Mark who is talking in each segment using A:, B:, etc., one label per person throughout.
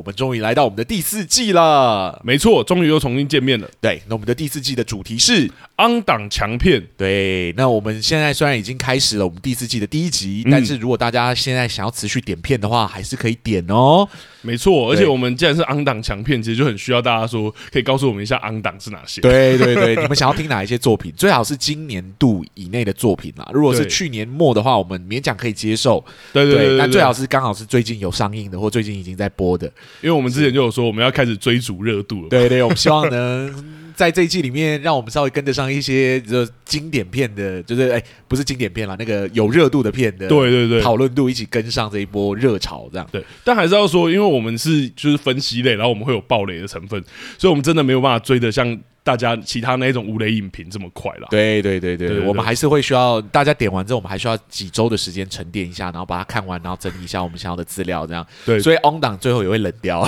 A: 们终于来到我们的第四季了。
B: 没错，终于又重新见面了。
A: 对，那我们的第四季的主题是
B: 昂档强片，
A: 对，那我们现在虽然已经开始了我们第四季的第一集，
B: 嗯
A: 但是如果大家现在想要持续点片的话，还是可以点哦。
B: 没错。而
A: 对
B: 且我们既然是昂档强片，其实就很需要大家说，可以告诉我们一下昂档是哪 些。
A: 对对对，你们想要听哪一些作品？最好是今年度以内的作品啦。如果是
B: 对
A: 去年末的话，我们勉强可以接受。
B: 对对对，
A: 但
B: 对
A: 最好，是刚好是最近有上映的，或最近已经在播的。
B: 因为我们之前就有说我们要开始追逐热度了。
A: 对对，我们希望 能在这一季里面，让我们稍微跟得上一些就是经典片的，就是哎，不是经典片啦，那个有热度的片的，
B: 对对对。
A: 讨论度一起跟上这一波热潮，这样。
B: 对，但还是要说，因为我们是就是分析类，然后我们会有暴雷的成分，所以我们真的没有办法追得像大家其他那种无雷影评这么快啦。
A: 对对对对
B: 对对
A: 我们还是会需要大家点完之后，我们还需要几周的时间沉淀一下，然后把它看完，然后整理一下我们想要的资料，这样。
B: 对
A: 所以 on 档最后也会冷 掉。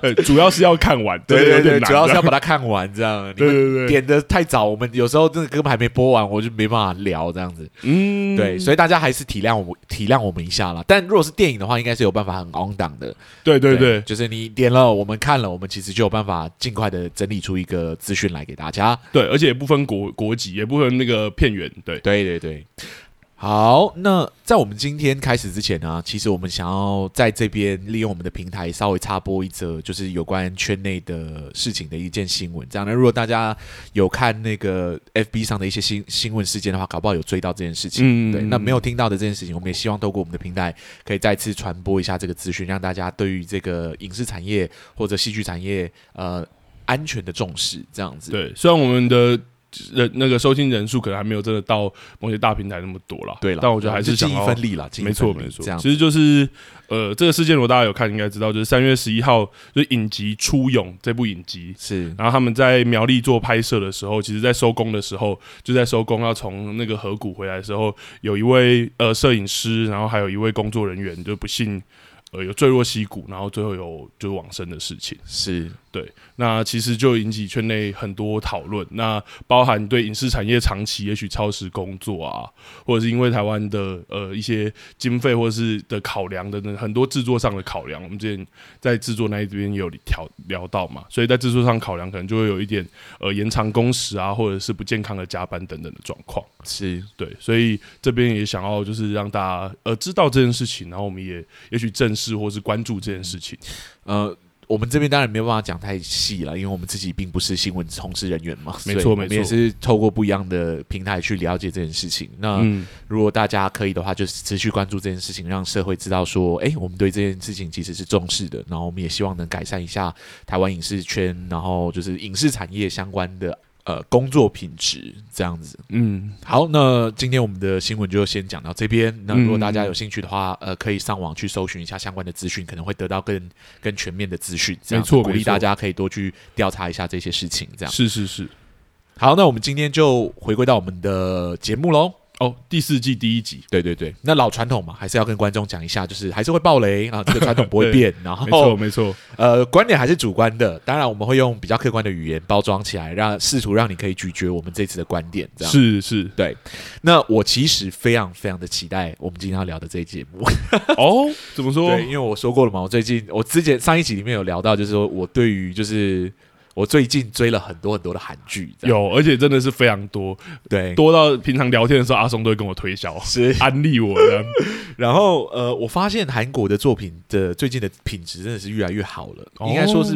B: 呃，主要是要看完， 真的有点难
A: 主要是要
B: 这样
A: 把它看完，这样。你
B: 对
A: 们
B: 对对，
A: 点的太早，我们有时候真的根本还没播完，我就没办法聊这样子。
B: 嗯，
A: 对，所以大家还是体谅我们，体谅我们一下啦。但如果是电影的话，应该是有办法很 on 档的。
B: 对对对，
A: 就是你点了，我们看了，我们其实就有办法尽快的整理出一个资讯来给大家。
B: 对，而且也不分国国籍，也不分那个片源，对，
A: 对对对。好，那在我们今天开始之前呢、其实我们想要在这边利用我们的平台稍微插播一则，就是有关圈内的事情的一件新闻。这样呢，如果大家有看那个 FB 上的一些新新闻事件的话，搞不好有追到这件事情。
B: 嗯
A: 对，那没有听到的这件事情，我们也希望透过我们的平台，可以再次传播一下这个资讯，让大家对于这个影视产业或者戏剧产业，呃，安全的重视，这样子。
B: 对，虽然我们的人那个收听人数可能还没有真的到某些大平台那么多啦，
A: 对了，
B: 但我觉得还
A: 就是尽
B: 想
A: 一
B: 要
A: 份力了，尽一
B: 没错
A: 份力
B: 没错
A: 这，样
B: 其实就是呃，这个事件如果大家有看，应该知道，就是三月十一号就是影集《出勇》这部影集。
A: 是
B: 然后他们在苗栗做拍摄的时候，其实，在收工的时候，就在收工要从那个河谷回来的时候，有一位呃摄影师，然后还有一位工作人员，就不幸呃有坠落溪谷，然后最后有就是往生的事情。
A: 是，
B: 那其实就引起圈内很多讨论，那包含对影视产业长期也许超时工作啊，或者是因为台湾的呃一些经费或是的考量等等，很多制作上的考量，我们之前在制作那一边有聊聊到嘛，所以在制作上考量可能就会有一点呃延长工时啊，或者是不健康的加班等等的状况。
A: 是
B: 对，所以这边也想要就是让大家呃知道这件事情，然后我们也也许正视或是关注这件事情。
A: 呃。我们这边当然没有办法讲太细了，因为我们自己并不是新闻从事人员嘛，所
B: 没
A: 以
B: 错
A: 我
B: 没
A: 们也
B: 错
A: 是透过不一样的平台去了解这件事情。那、
B: 嗯，
A: 如果大家可以的话，就是持续关注这件事情，让社会知道说，哎，我们对这件事情其实是重视的。然后我们也希望能改善一下台湾影视圈，然后就是影视产业相关的呃工作品质这样子。
B: 嗯，
A: 好，那今天我们的新闻就先讲到这边。那如果
B: 嗯
A: 大家有兴趣的话，呃，可以上网去搜寻一下相关的资讯，可能会得到更更全面的资讯。这样
B: 没错
A: 鼓
B: 没
A: 励
B: 错
A: 大家可以多去调查一下这些事情。这样
B: 是是是。
A: 好，那我们今天就回归到我们的节目喽。
B: 哦，第四季第一集，
A: 对对对，那老传统嘛，还是要跟观众讲一下，就是还是会爆雷啊，这个传统不会
B: 对
A: 变。然
B: 没错、
A: 后
B: 没错，
A: 呃，观点还是主观的，当然我们会用比较客观的语言包装起来，让试图让你可以咀嚼我们这次的观点。这样
B: 是是
A: 对。那我其实非常非常的期待我们今天要聊的这一节目，
B: 哦，怎么说？
A: 对，因为我说过了嘛，我最近我之前上一集里面有聊到，就是说我对于就是我最近追了很多很多的韩剧，这样
B: 有，而且真的是非常多，
A: 对。
B: 多到平常聊天的时候，阿松都会跟我推销、
A: 是，
B: 安利我这样。
A: 然后呃，我发现韩国的作品的最近的品质真的是越来越好了，
B: 哦
A: 应该说是，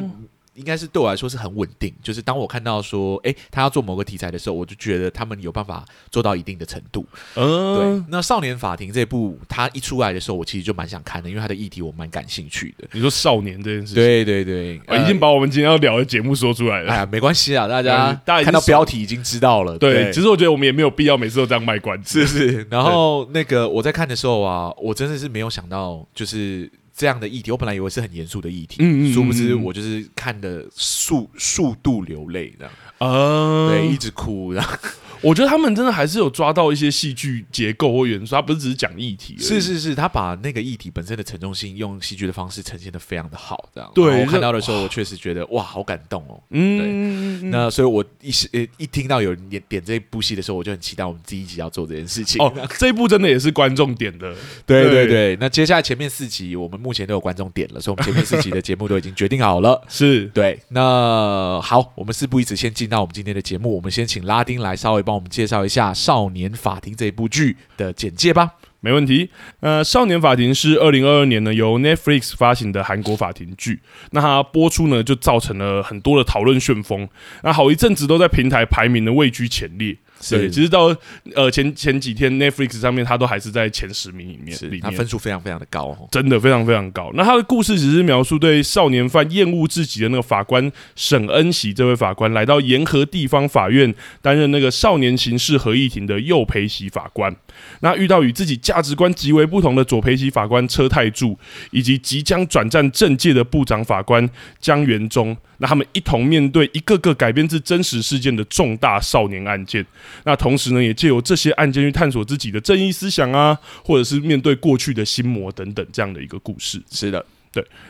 A: 应该是对我来说是很稳定。就是当我看到说，诶，他要做某个题材的时候，我就觉得他们有办法做到一定的程度。对
B: 嗯，，
A: 那《少年法庭》这部，它一出来的时候，我其实就蛮想看的，因为它的议题我蛮感兴趣的。
B: 你说少年这件事情，
A: 对对对，呃
B: 啊已经把我们今天要聊的节目说出来
A: 哎
B: 了。
A: 呀，没关系啊，大家
B: 嗯大家已经
A: 看到
B: 熟
A: 标题已经知道了。
B: 对，
A: 对，
B: 其实我觉得我们也没有必要每次都这样卖关子。
A: 是是。然后那个我在看的时候啊，我真的是没有想到，就是这样的议题，我本来以为是很严肃的议题，
B: 嗯嗯嗯
A: 殊不知
B: 嗯嗯
A: 我就是看的速速度流泪这样，
B: 啊，
A: 对，一直哭，然后
B: 我觉得他们真的还是有抓到一些戏剧结构或元素，他不是只是讲议题而已，
A: 是是是，他把那个议题本身的沉重性用戏剧的方式呈现的非常的好，这样。
B: 对
A: 然后我
B: 就
A: 看到的时候，我确实觉得哇，好感动哦。
B: 嗯，嗯，嗯嗯
A: 那所以，我一时呃一听到有人点点这部戏的时候，我就很期待我们第一集要做这件事情。
B: 哦，这一部真的也是观众点的，
A: 对对
B: 对。
A: 对，那接下来前面四集我们目前都有观众点了，所以我们前面四集的节目都已经决定好了
B: 是
A: 对，那好，我们事不宜迟，先进到我们今天的节目。我们先请拉丁来稍微帮我们介绍一下《少年法庭》这一部剧的简介吧。
B: 没问题。呃，《少年法庭》是二零二二年呢由 Netflix 发行的韩国法庭剧，那它播出呢就造成了很多的讨论旋风，那好一阵子都在平台排名的位居前列。对，其实到呃前前几天 Netflix 上面它都还是在前十名里面，
A: 是，
B: 里
A: 它
B: 面
A: 分数非常非常的高、哦。
B: 真的非常非常高。那他的故事只是描述对少年犯厌恶至极的那个法官沈恩喜这位法官，来到沿河地方法院担任那个少年刑事合议庭的右陪席法官。那遇到与自己价值观极为不同的左陪席法官车太柱，以及即将转战政界的部长法官江元忠，那他们一同面对一个个改编自真实事件的重大少年案件。那同时呢，也借由这些案件去探索自己的正义思想啊，或者是面对过去的心魔等等这样的一个故事。
A: 是的，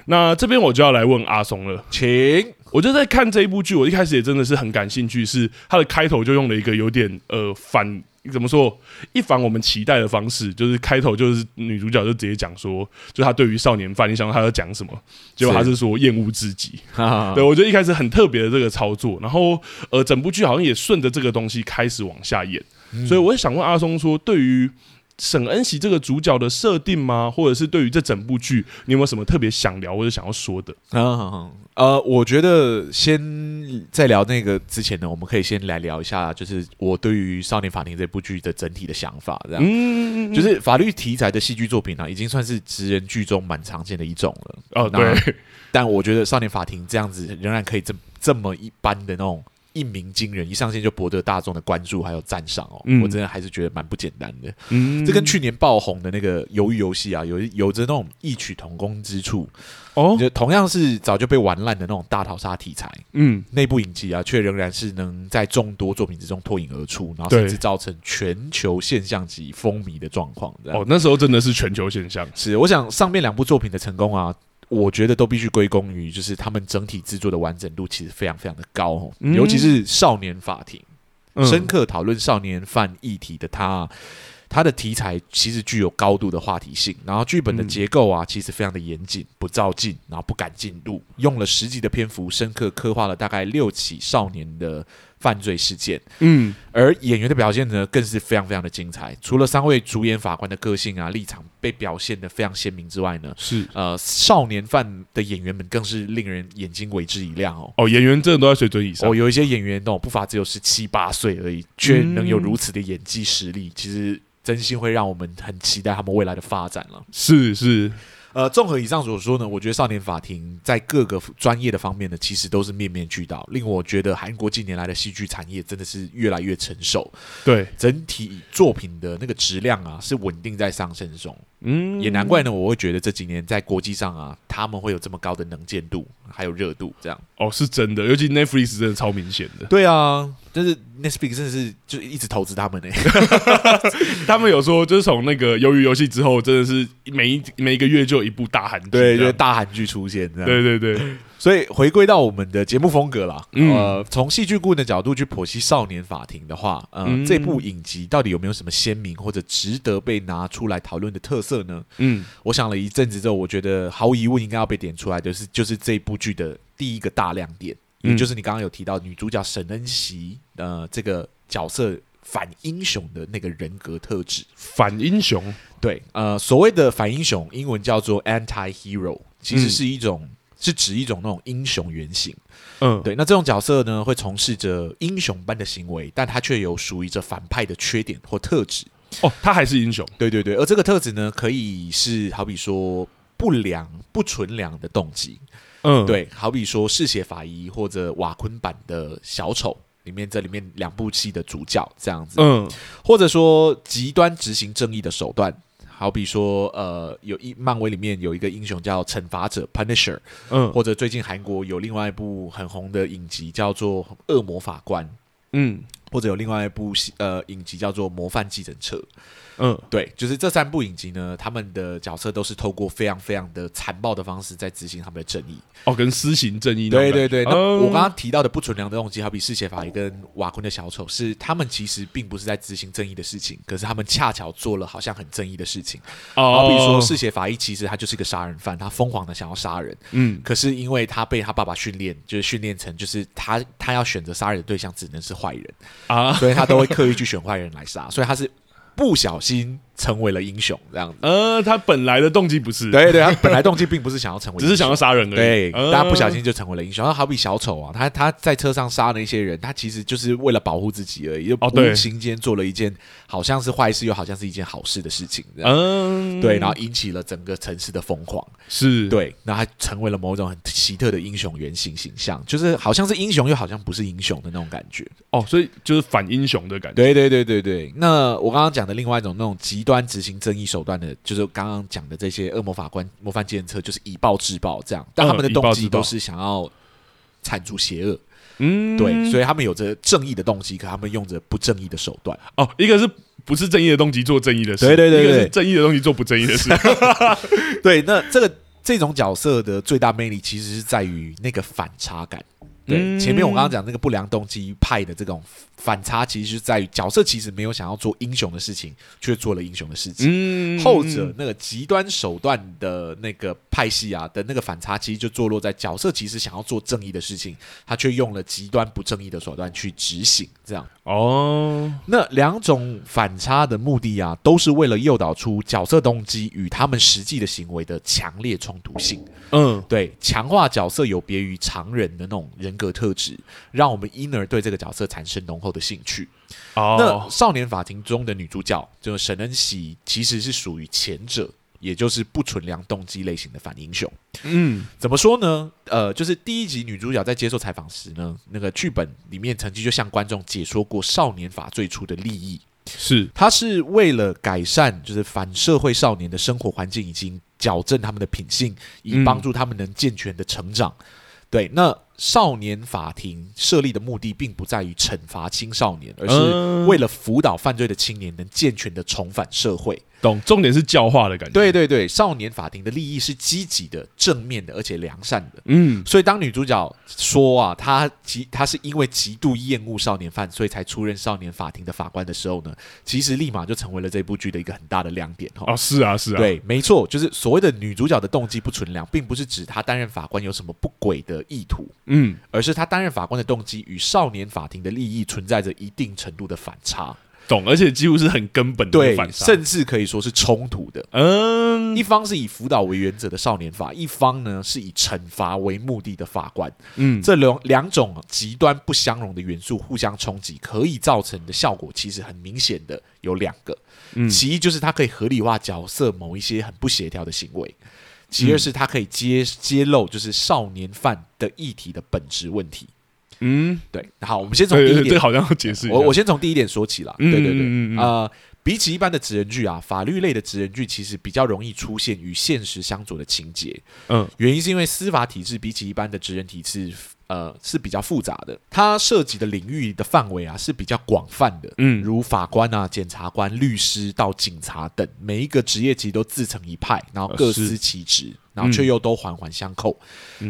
B: 那这边我就要来问阿松了，
A: 请
B: 我就在看这一部剧，我一开始也真的是很感兴趣，是它的开头就用了一个有点呃反。怎么说？一反我们期待的方式，就是开头就是女主角就直接讲说，就她对于少年犯，你想到她要讲什么？结果她是说厌恶自己，
A: 哈
B: 对，我觉得一开始很特别的这个操作，然后呃，整部剧好像也顺着这个东西开始往下演，
A: 嗯
B: 所以我也想问阿松说，对于沈恩熙这个主角的设定吗，或者是对于这整部剧，你有没有什么特别想聊或者想要说的？
A: 啊， 呃，我觉得先在聊那个之前呢，我们可以先来聊一下，就是我对于《少年法庭》这部剧的整体的想法，这样。
B: 嗯，
A: 就是法律题材的戏剧作品啊，已经算是职人剧中蛮常见的一种了。
B: 哦，
A: 那
B: 对，
A: 但我觉得《少年法庭》这样子仍然可以这这么一般的那种一鸣惊人，一上线就博得大众的关注还有赞赏哦。
B: 嗯
A: 我真的还是觉得蛮不简单的。
B: 嗯
A: 这跟去年爆红的那个《鱿鱼游戏》啊，有有着那种异曲同工之处，
B: 哦，
A: 就同样是早就被玩烂的那种大逃杀题材。
B: 嗯，
A: 内部影集啊，却仍然是能在众多作品之中脱颖而出，然后甚
B: 对
A: 至造成全球现象级风靡的状况。这样
B: 哦，那时候真的是全球现象，
A: 是，我想上面两部作品的成功啊，我觉得都必须归功于就是他们整体制作的完整度其实非常非常的高、哦，
B: 嗯
A: 尤其是《少年法庭》
B: 嗯
A: 深刻讨论少年犯议题的它，它的题材其实具有高度的话题性，然后剧本的
B: 嗯
A: 结构啊，其实非常的严谨，不照进，然后不赶进度，用了十集的篇幅，深刻刻画了大概六起少年的犯罪事件。
B: 嗯
A: 而演员的表现呢，更是非常非常的精彩。除了三位主演法官的个性啊、立场被表现的非常鲜明之外呢，
B: 是。
A: 呃，少年犯的演员们更是令人眼睛为之一亮哦。
B: 哦，演员真的都在水准以上
A: 哦，，有一些演员哦，不乏只有十七八岁而已，却能有如此的演技实力，其实真心会让我们很期待他们未来的发展了。
B: 是是，
A: 呃，综合以上所说呢，我觉得少年法庭在各个专业的方面呢，其实都是面面俱到，令我觉得韩国近年来的戏剧产业真的是越来越成熟，
B: 对，
A: 整体作品的那个质量啊，是稳定在上升中，
B: 嗯
A: 也难怪呢。我会觉得这几年在国际上啊，他们会有这么高的能见度，还有热度，这样。
B: 哦，是真的，尤其 Netflix 真的超明显的，
A: 对啊，但是 Netflix 真的是就一直投资他们呢、欸
B: 他们有说，就是从那个鱿鱼游戏之后，真的是每一每一个月就有一部大韩剧 这样，
A: 就是大韩剧出现这样。
B: 对对对，
A: 所以回归到我们的节目风格啦，
B: 嗯
A: 呃，从戏剧顾问的角度去剖析《少年法庭》的话，呃，
B: 嗯
A: 这部影集到底有没有什么鲜明或者值得被拿出来讨论的特色呢？
B: 嗯，
A: 我想了一阵子之后，我觉得毫无疑问应该要被点出来的是，就是这部剧的第一个大亮点，也
B: 嗯
A: 就是你刚刚有提到女主角沈恩熙呃这个角色反英雄的那个人格特质。
B: 反英雄，
A: 对，呃，所谓的反英雄，英文叫做 anti hero，其实
B: 嗯
A: 是一种、是指一种那种英雄原型。
B: 嗯，
A: 对，那这种角色呢，会从事着英雄般的行为，但他却有属于着反派的缺点或特质。
B: 哦，他还是英雄，
A: 对对对，而这个特质呢，可以是好比说不良、不纯良的动机，
B: 嗯，，
A: 对，好比说嗜血法医或者瓦昆版的小丑里面，这里面两部戏的主角这样子，
B: 嗯，
A: 或者说极端执行正义的手段。好比说，呃，有一漫威里面有一个英雄叫惩罚者 （Punisher），
B: 嗯，
A: 或者最近韩国有另外一部很红的影集叫做《恶魔法官》，
B: 嗯，
A: 或者有另外一部戏呃影集叫做《模范计程车》，
B: 嗯
A: 对，就是这三部影集呢，他们的角色都是透过非常非常的残暴的方式在执行他们的正义。
B: 哦，跟私刑正义那
A: 对
B: 种
A: 对对，
B: 感觉
A: 那哦我
B: 嗯
A: 刚刚提到的不纯良的动机，好比嗜血法医跟瓦昆的小丑，是他们其实并不是在执行正义的事情，可是他们恰巧做了好像很正义的事情。
B: 哦
A: 好比说嗜血法医，其实他就是一个杀人犯，他疯狂的想要杀人，
B: 嗯
A: 可是因为他被他爸爸训练，就是训练成就是他他要选择杀人的对象只能是坏人，
B: 啊
A: 所以他都会刻意去选坏人来杀，所以他是不小心成为了英雄这样子。
B: 呃，他本来的动机不是，
A: 对对，他本来动机并不是想要成为英
B: 只
A: 雄，
B: 是想要杀人而已，
A: 对，
B: 呃
A: 大家不小心就成为了英雄。那好比小丑啊，他他在车上杀了一些人，他其实就是为了保护自己而已，就
B: 哦
A: 无
B: 对
A: 形间做了一件好像是坏事，又好像是一件好事的事情。这样
B: 嗯，
A: 对，然后引起了整个城市的疯狂。
B: 是，
A: 对，那他成为了某种很奇特的英雄原型形象，就是好像是英雄，又好像不是英雄的那种感觉。
B: 哦，所以就是反英雄的感觉，
A: 对对对对对。那我刚刚讲的另外一种那种极端执行正义手段的，就是刚刚讲的这些恶魔法官、模范监测，就是以暴制暴这样，但他们的
B: 呃以暴
A: 动机
B: 制暴
A: 都是想要铲除邪恶，
B: 嗯，
A: 对，所
B: 以
A: 以他们有着正义的动机，可他们用着不正义的手段。
B: 哦，一个是不是正义的动机做正义的事，
A: 对对对
B: 一个
A: 对
B: 是正义的动机做不正义的事，
A: 对，那这个这种角色的最大魅力其实是在于那个反差感。对，
B: 嗯
A: 前面我刚刚讲那个不良动机派的这种反差，其实是在于角色其实没有想要做英雄的事情，却做了英雄的事情。
B: 嗯
A: 后者那个极端手段的那个派系啊的那个反差，其实就坐落在角色其实想要做正义的事情，他却用了极端不正义的手段去执行。这样，
B: 哦，
A: 那两种反差的目的啊，都是为了诱导出角色动机与他们实际的行为的强烈冲突性，
B: 嗯，
A: 对，强化角色有别于常人的那种人格特质，让我们因而对这个角色产生浓厚的兴趣。那
B: 哦，
A: 少年法庭中的女主角，就是沈恩喜，其实是属于前者，也就是不纯良动机类型的反英雄。
B: 嗯，
A: 怎么说呢？呃，就是第一集女主角在接受采访时呢，那个剧本里面曾经就向观众解说过少年法最初的利益，
B: 是，
A: 它是为了改善就是反社会少年的生活环境，以及矫正他们的品性，以
B: 嗯
A: 帮助他们能健全的成长。对，那少年法庭设立的目的并不在于惩罚青少年，而是
B: 嗯
A: 为了辅导犯罪的青年能健全的重返社会。
B: 懂，重点是教化的感觉，
A: 对，对对，少年法庭的利益是积极的、正面的，而且良善的。
B: 嗯，
A: 所以，当女主角说啊，她极她是因为极度厌恶少年犯，所以才出任少年法庭的法官的时候呢，其实立马就成为了这部剧的一个很大的亮点哈。
B: 哦，是啊，是啊，，
A: 对，没错，就是所谓的女主角的动机不纯良，并不是指她担任法官有什么不轨的意图，
B: 嗯，
A: 而是她担任法官的动机与少年法庭的利益存在着一定程度的反差，
B: 懂，而且几乎是很根本的
A: 对，
B: 反杀，
A: 甚至可以说是冲突的。
B: 嗯
A: 一方是以辅导为原则的少年法，一方呢是以惩罚为目的的法官。
B: 嗯，
A: 这两两种极端不相容的元素互相冲击，可以造成的效果其实很明显的有两个，
B: 嗯
A: 其一就是它可以合理化角色某一些很不协调的行为，其二
B: 嗯
A: 是它可以揭揭露就是少年犯的议题的本质问题。
B: 嗯，
A: 对，好，我们先从
B: 对
A: 第
B: 对
A: 一
B: 对，这
A: 点，
B: 好像要解释一下，
A: 我我先从第一点说起啦。
B: 嗯，
A: 对对对，
B: 嗯嗯嗯
A: 呃，比起一般的职人剧啊，法律类的职人剧其实比较容易出现与现实相左的情节。
B: 嗯，
A: 原因是因为司法体制比起一般的职人体制，呃，是比较复杂的，它涉及的领域的范围啊是比较广泛的。
B: 嗯
A: 如法官啊、检察官、律师到警察等，每一个职业其实都自成一派，然后
B: 呃
A: 各
B: 是嗯
A: 司其职，然后却又都环环相扣。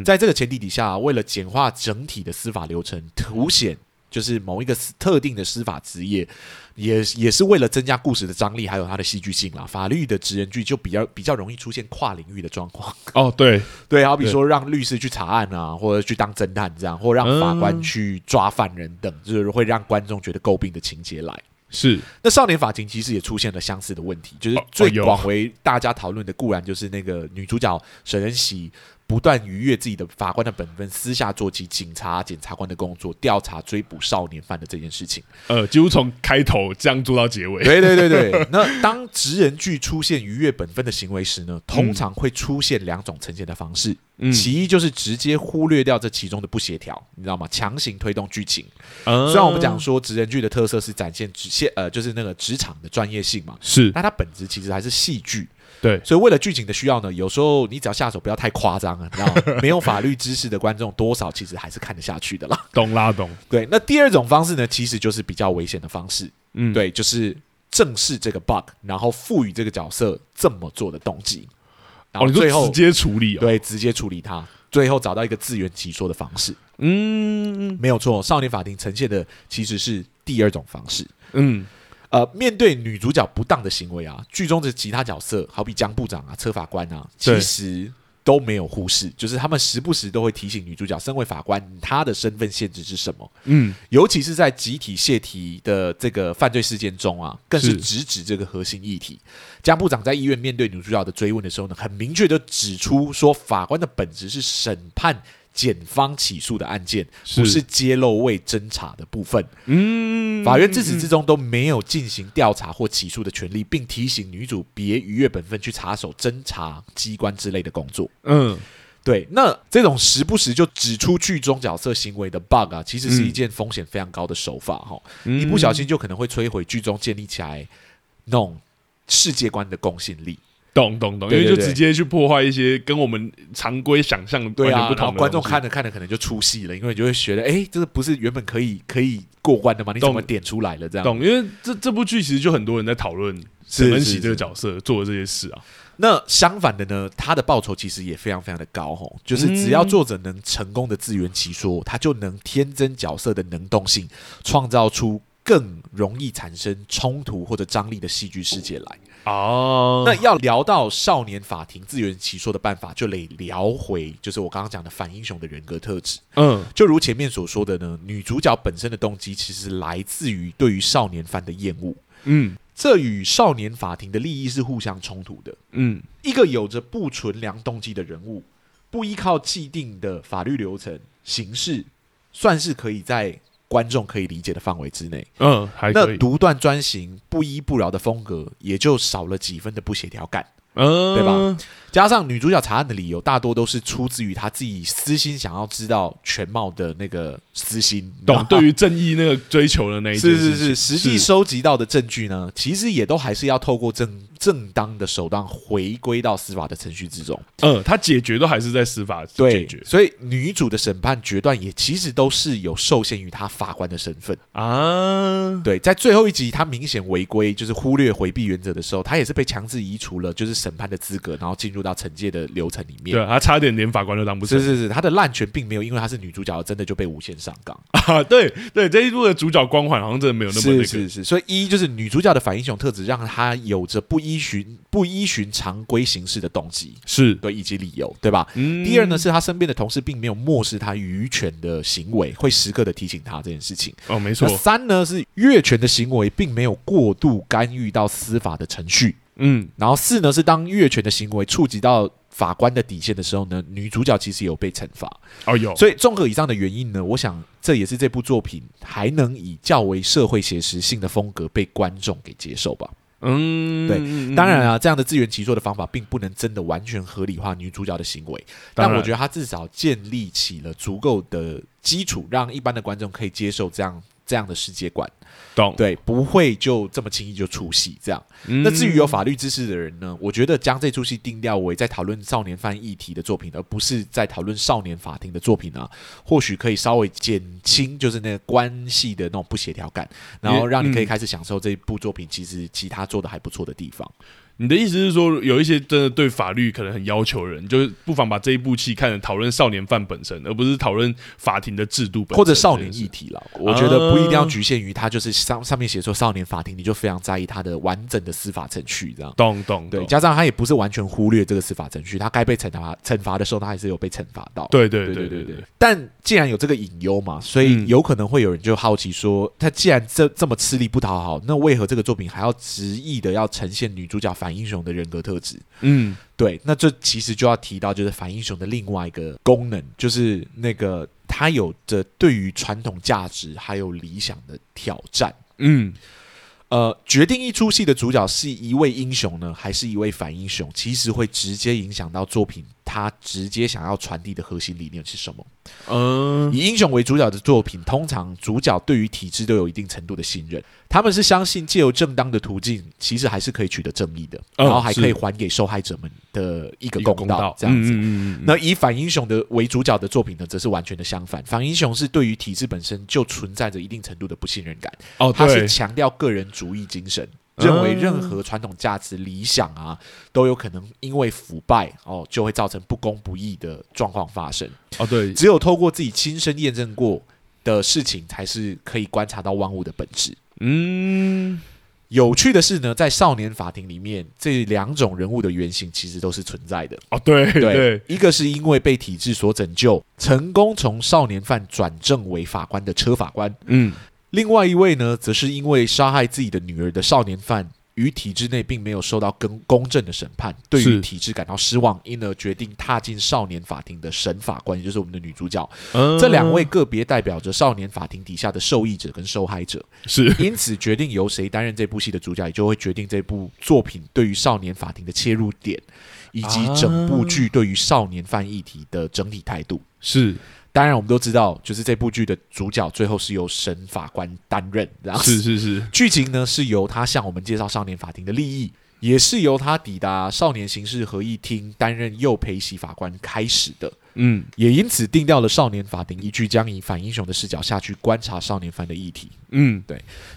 A: 在这个前提底下啊、为了简化整体的司法流程，凸显就是某一个司特定的司法职业，也也是为了增加故事的张力，还有它的戏剧性啦。法律的职人剧就比较比较容易出现跨领域的状况，
B: 哦，对，
A: 对，好比说让律师去查案啊，或者去当侦探这样，或让法官
B: 嗯
A: 去抓犯人等，就是会让观众觉得诟病的情节来。
B: 是，
A: 那少年法庭其实也出现了相似的问题，就是
B: 哦
A: 最
B: 有
A: 广为大家讨论的，固然就是那个女主角沈恩喜不断逾越自己的法官的本分，私下做起警察、检察官的工作，调查追捕少年犯的这件事 情。
B: 呃，几乎从开头这样做到结尾，
A: 对对对对。那当职人剧出现逾越本分的行为时呢，通常会出现两种呈现的方式，
B: 嗯
A: 其一就是直接忽略掉这其中的不协调，你知道吗？强行推动剧情。
B: 虽
A: 虽然我们讲说职人剧的特色是展现职现呃，就是那个职场的专业性嘛，
B: 是
A: 那它本质其实还是戏剧，
B: 对
A: 所以为了剧情的需要呢，有时候你只要下手不要太夸张啊，你知道 吗没有法律知识的观众多少其实还是看得下去的啦。
B: 懂啦懂，
A: 对，那第二种方式呢，其实就是比较危险的方式，
B: 嗯，
A: 对，就是正视这个 bug，然后赋予这个角色这么做的动机，然后
B: 哦，你说
A: 最后、
B: 直接处理哦，
A: 对直接处理它，最后找到一个自圆其说的方式。
B: 嗯
A: 没有错，少年法庭呈现的其实是第二种方式。
B: 嗯，
A: 呃，面对女主角不当的行为啊，剧中的其他角色，好比江部长啊、车法官啊，其
B: 对
A: 实都没有忽视，就是他们时不时都会提醒女主角，身为法官，她的身份限制是什么？
B: 嗯，
A: 尤其是在集体泄题的这个犯罪事件中啊，更是
B: 是
A: 直指这个核心议题。江部长在医院面对女主角的追问的时候呢，很明确的指出说，法官的本质是审判检方起诉的案件，不是揭露未侦查的部分。
B: 嗯，
A: 法院自始至终都没有进行调查或起诉的权利，并提醒女主别逾越本分去插手侦查机关之类的工作。
B: 嗯，
A: 对，那这种时不时就指出剧中角色行为的 bug 啊，其实是一件风险非常高的手法哈、
B: 嗯
A: 一不小心就可能会摧毁剧中建立起来那种世界观的公信力。
B: 懂懂懂，因
A: 对
B: 为
A: 对
B: 就
A: 对
B: 直接去破坏一些跟我们常规想象完
A: 对
B: 全
A: 啊，然
B: 不
A: 后
B: 同的
A: 观众
B: 东西
A: 看着看着可能就出戏了，因为就会觉得，哎，这个不是原本可以可以过关的吗？你怎么
B: 懂
A: 点出来了这样？
B: 懂，因为这这部剧其实就很多人在讨论
A: 是
B: 沈恩
A: 是
B: 喜这
A: 是
B: 个角色做的这些事啊，
A: 那相反的呢，他的报酬其实也非常非常的高吼，就是只要作者能成功的自圆其说，他就能天真角色的能动性，创造出更容易产生冲突或者张力的戏剧世界来。
B: 哦
A: 那要聊到少年法庭自圆其说的办法，就得聊回就是我刚刚讲的反英雄的人格特质。
B: 嗯
A: 就如前面所说的呢，女主角本身的动机其实来自于对于少年犯的厌恶，
B: 嗯
A: 这与少年法庭的利益是互相冲突的。
B: 嗯，
A: 一个有着不纯良动机的人物，不依靠既定的法律流程行事，算是可以在观众可以理解的范围之内。
B: 嗯，还可
A: 那
B: 以，
A: 独断专行、不依不饶的风格，也就少了几分的不协调感。
B: 嗯，
A: 对吧？加上女主角查案的理由，大多都是出自于她自己私心想要知道全貌的那个私心。
B: 懂，对
A: 于
B: 于正义那个追求的那一件
A: 是
B: 事
A: 是
B: 情
A: 是，实际收集到的证据呢，其实也都还是要透过正正当的手段回归到司法的程序之中。
B: 嗯，他解决都还是在司法
A: 对
B: 解决，
A: 所以女主的审判决断也其实都是有受限于她法官的身 份。
B: 啊，
A: 对，在最后一集她明显违规，就是忽略回避原则的时候，她也是被强制移除了就是审判的资格，然后进入到惩戒的流程里面。
B: 对，啊他差点连法官都当不成
A: 是是是，她的滥权并没有因为她是女主角而真的就被无限上纲。
B: 啊，对对，这一部的主角光环好像真的没有那么那
A: 是是
B: 个，
A: 是，所以一就是女主角的反英雄特质，让她有着不依循不依循常规行事的动机，
B: 是
A: 对，以及理由，对吧？
B: 嗯
A: 第二呢，，是她身边的同事并没有漠视她愚犬的行为，会时刻的提醒她这件事情。
B: 哦，没错
A: 那，三呢是越权的行为并没有过度干预到司法的程序，
B: 嗯，
A: 然后四呢是当越权的行为触及到法官的底线的时候呢，女主角其实有被惩罚。
B: 哦有，
A: 所以综合以上的原因呢，我想这也是这部作品还能以较为社会写实性的风格被观众给接受吧。
B: 嗯，
A: 对
B: 嗯
A: 当然，啊，这样的自圆其说的方法并不能真的完全合理化女主角的行为，但
B: 当然
A: 我觉得它至少建立起了足够的基础，让一般的观众可以接受这样这样的世界观。
B: 嗯懂。
A: 对，不会就这么轻易就出戏这样。
B: 嗯
A: 那至于有法律知识的人呢，我觉得将这出戏定调为在讨论少年犯议题的作品，而不是在讨论少年法庭的作品啊，或许可以稍微减轻就是那个关系的那种不协调感，然后
B: 也
A: 让你可以
B: 嗯
A: 开始享受这部作品其实其他做的还不错的地方。
B: 你的意思是说，有一些真的对法律可能很要求的人，就是不妨把这一部戏看成讨论少年犯本身，而不是讨论法庭的制度本身
A: 或者少年
B: 这件
A: 议
B: 事
A: 题了。我觉得不一定要局限于它，就是上上面写说少年法庭，你就非常在意它的完整的司法程序这样。
B: 懂懂
A: 对，
B: 懂
A: 加上他也不是完全忽略这个司法程序，他该被惩罚惩罚的时候，他还是有被惩罚到。
B: 对对
A: 对
B: 对
A: 对
B: 对
A: 对
B: 对，
A: 但既然有这个隐忧嘛，所以
B: 嗯
A: 有可能会有人就好奇说，他既然这这么吃力不讨好，那为何这个作品还要执意的要呈现女主角反英雄的人格特质？
B: 嗯，
A: 对，那这其实就要提到，就是反英雄的另外一个功能，就是那个他有着对于传统价值还有理想的挑战。
B: 嗯，
A: 呃，决定一出戏的主角是一位英雄呢，还是一位反英雄，其实会直接影响到作品他直接想要传递的核心理念是什么。
B: 嗯，
A: 以英雄为主角的作品，通常主角对于体制都有一定程度的信任，他们是相信借由正当的途径，其实还是可以取得正义的，
B: 嗯
A: 然后还可以
B: 是
A: 还给受害者们的一个
B: 一个
A: 公道，这样子。
B: 嗯嗯嗯嗯
A: 那以反英雄的为主角的作品呢，则是完全的相反。反英雄是对于体制本身就存在着一定程度的不信任感，
B: 哦，
A: 他
B: 对
A: 是，强调个人主义精神，
B: 嗯
A: 认为任何传统价值、理想啊，都有可能因为腐败哦，就会造成不公不义的状况发生。
B: 哦对，
A: 只有透过自己亲身验证过的事情，才是可以观察到万物的本质。
B: 嗯，
A: 有趣的是呢，在少年法庭里面，这两种人物的原型其实都是存在的。
B: 哦对对，
A: 一个是因为被体制所拯救，成功从少年犯转正为法官的车法官；
B: 嗯，
A: 另外一位呢，则是因为杀害自己的女儿的少年犯。于体制内并没有受到公公正的审判，对于
B: 是
A: 体制感到失望，因而决定踏进少年法庭的审法官，也就是我们的女主角。
B: 嗯
A: 这两位个别代表着少年法庭底下的受益者跟受害 者，
B: 是
A: 因此决定由谁担任这部戏的主角，也就会决定这部作品对于少年法庭的切入点，以及整部剧对于少年犯议题的整体态度。
B: 是
A: 当然，我们都知道，就是这部剧的主角最后是由审法官担任，然后
B: 是是是，
A: 剧情呢是由他向我们介绍少年法庭的利益，也是由他抵达少年刑事合议厅担任右陪席法官开始的。
B: 嗯
A: 也因此定掉了少年法庭一句将以反英雄的视角下去观察少年犯的议题。
B: 嗯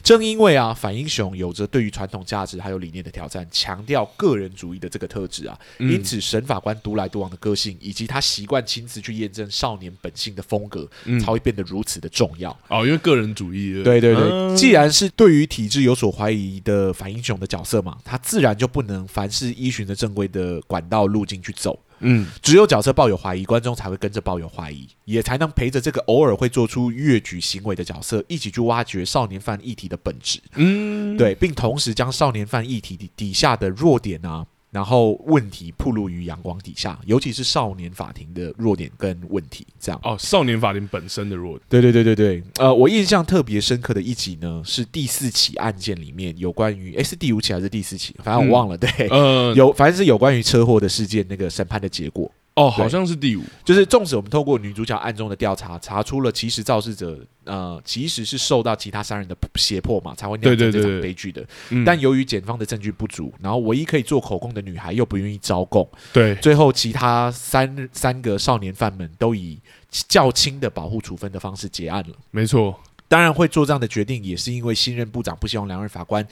A: 正因为啊，反英雄有着对于传统价值还有理念的挑战，强调个人主义的这个特质啊，
B: 嗯
A: 因此沈法官独来独往的个性，以及他习惯亲自去验证少年本性的风格，
B: 嗯
A: 才会变得如此的重要。
B: 哦，因为个人主义，
A: 对对对，
B: 嗯
A: 既然是对于体制有所怀疑的反英雄的角色嘛，他自然就不能凡事依循着正规的管道路径去走。
B: 嗯
A: 只有角色抱有怀疑，观众才会跟着抱有怀疑，也才能陪着这个偶尔会做出越矩行为的角色一起去挖掘少年犯议题的本质，
B: 嗯，
A: 对，并同时将少年犯议题底底下的弱点啊，然后问题暴露于阳光底下，尤其是少年法庭的弱点跟问题，这样。
B: 哦，少年法庭本身的弱点，
A: 对对对对对，呃，我印象特别深刻的一集呢，是第四起案件里面有关于，诶，是第五起还是第四起？反正我忘了，对，
B: 呃，
A: 哎有反正是有关于车祸的事件那个审判的结果。
B: 哦，好像是第五，
A: 就是纵使我们透过女主角暗中的调查，查出了其实肇事者呃其实是受到其他三人的胁迫嘛，才会酿
B: 对
A: 成
B: 对
A: 这
B: 对
A: 场悲剧的。
B: 嗯
A: 但由于检方的证据不足，然后唯一可以做口供的女孩又不愿意招供，
B: 对，
A: 最后其他三三个少年犯们都以较轻的保护处分的方式结案了。
B: 没错，
A: 当然会做这样的决定，也是因为新任部长不希望两任法官。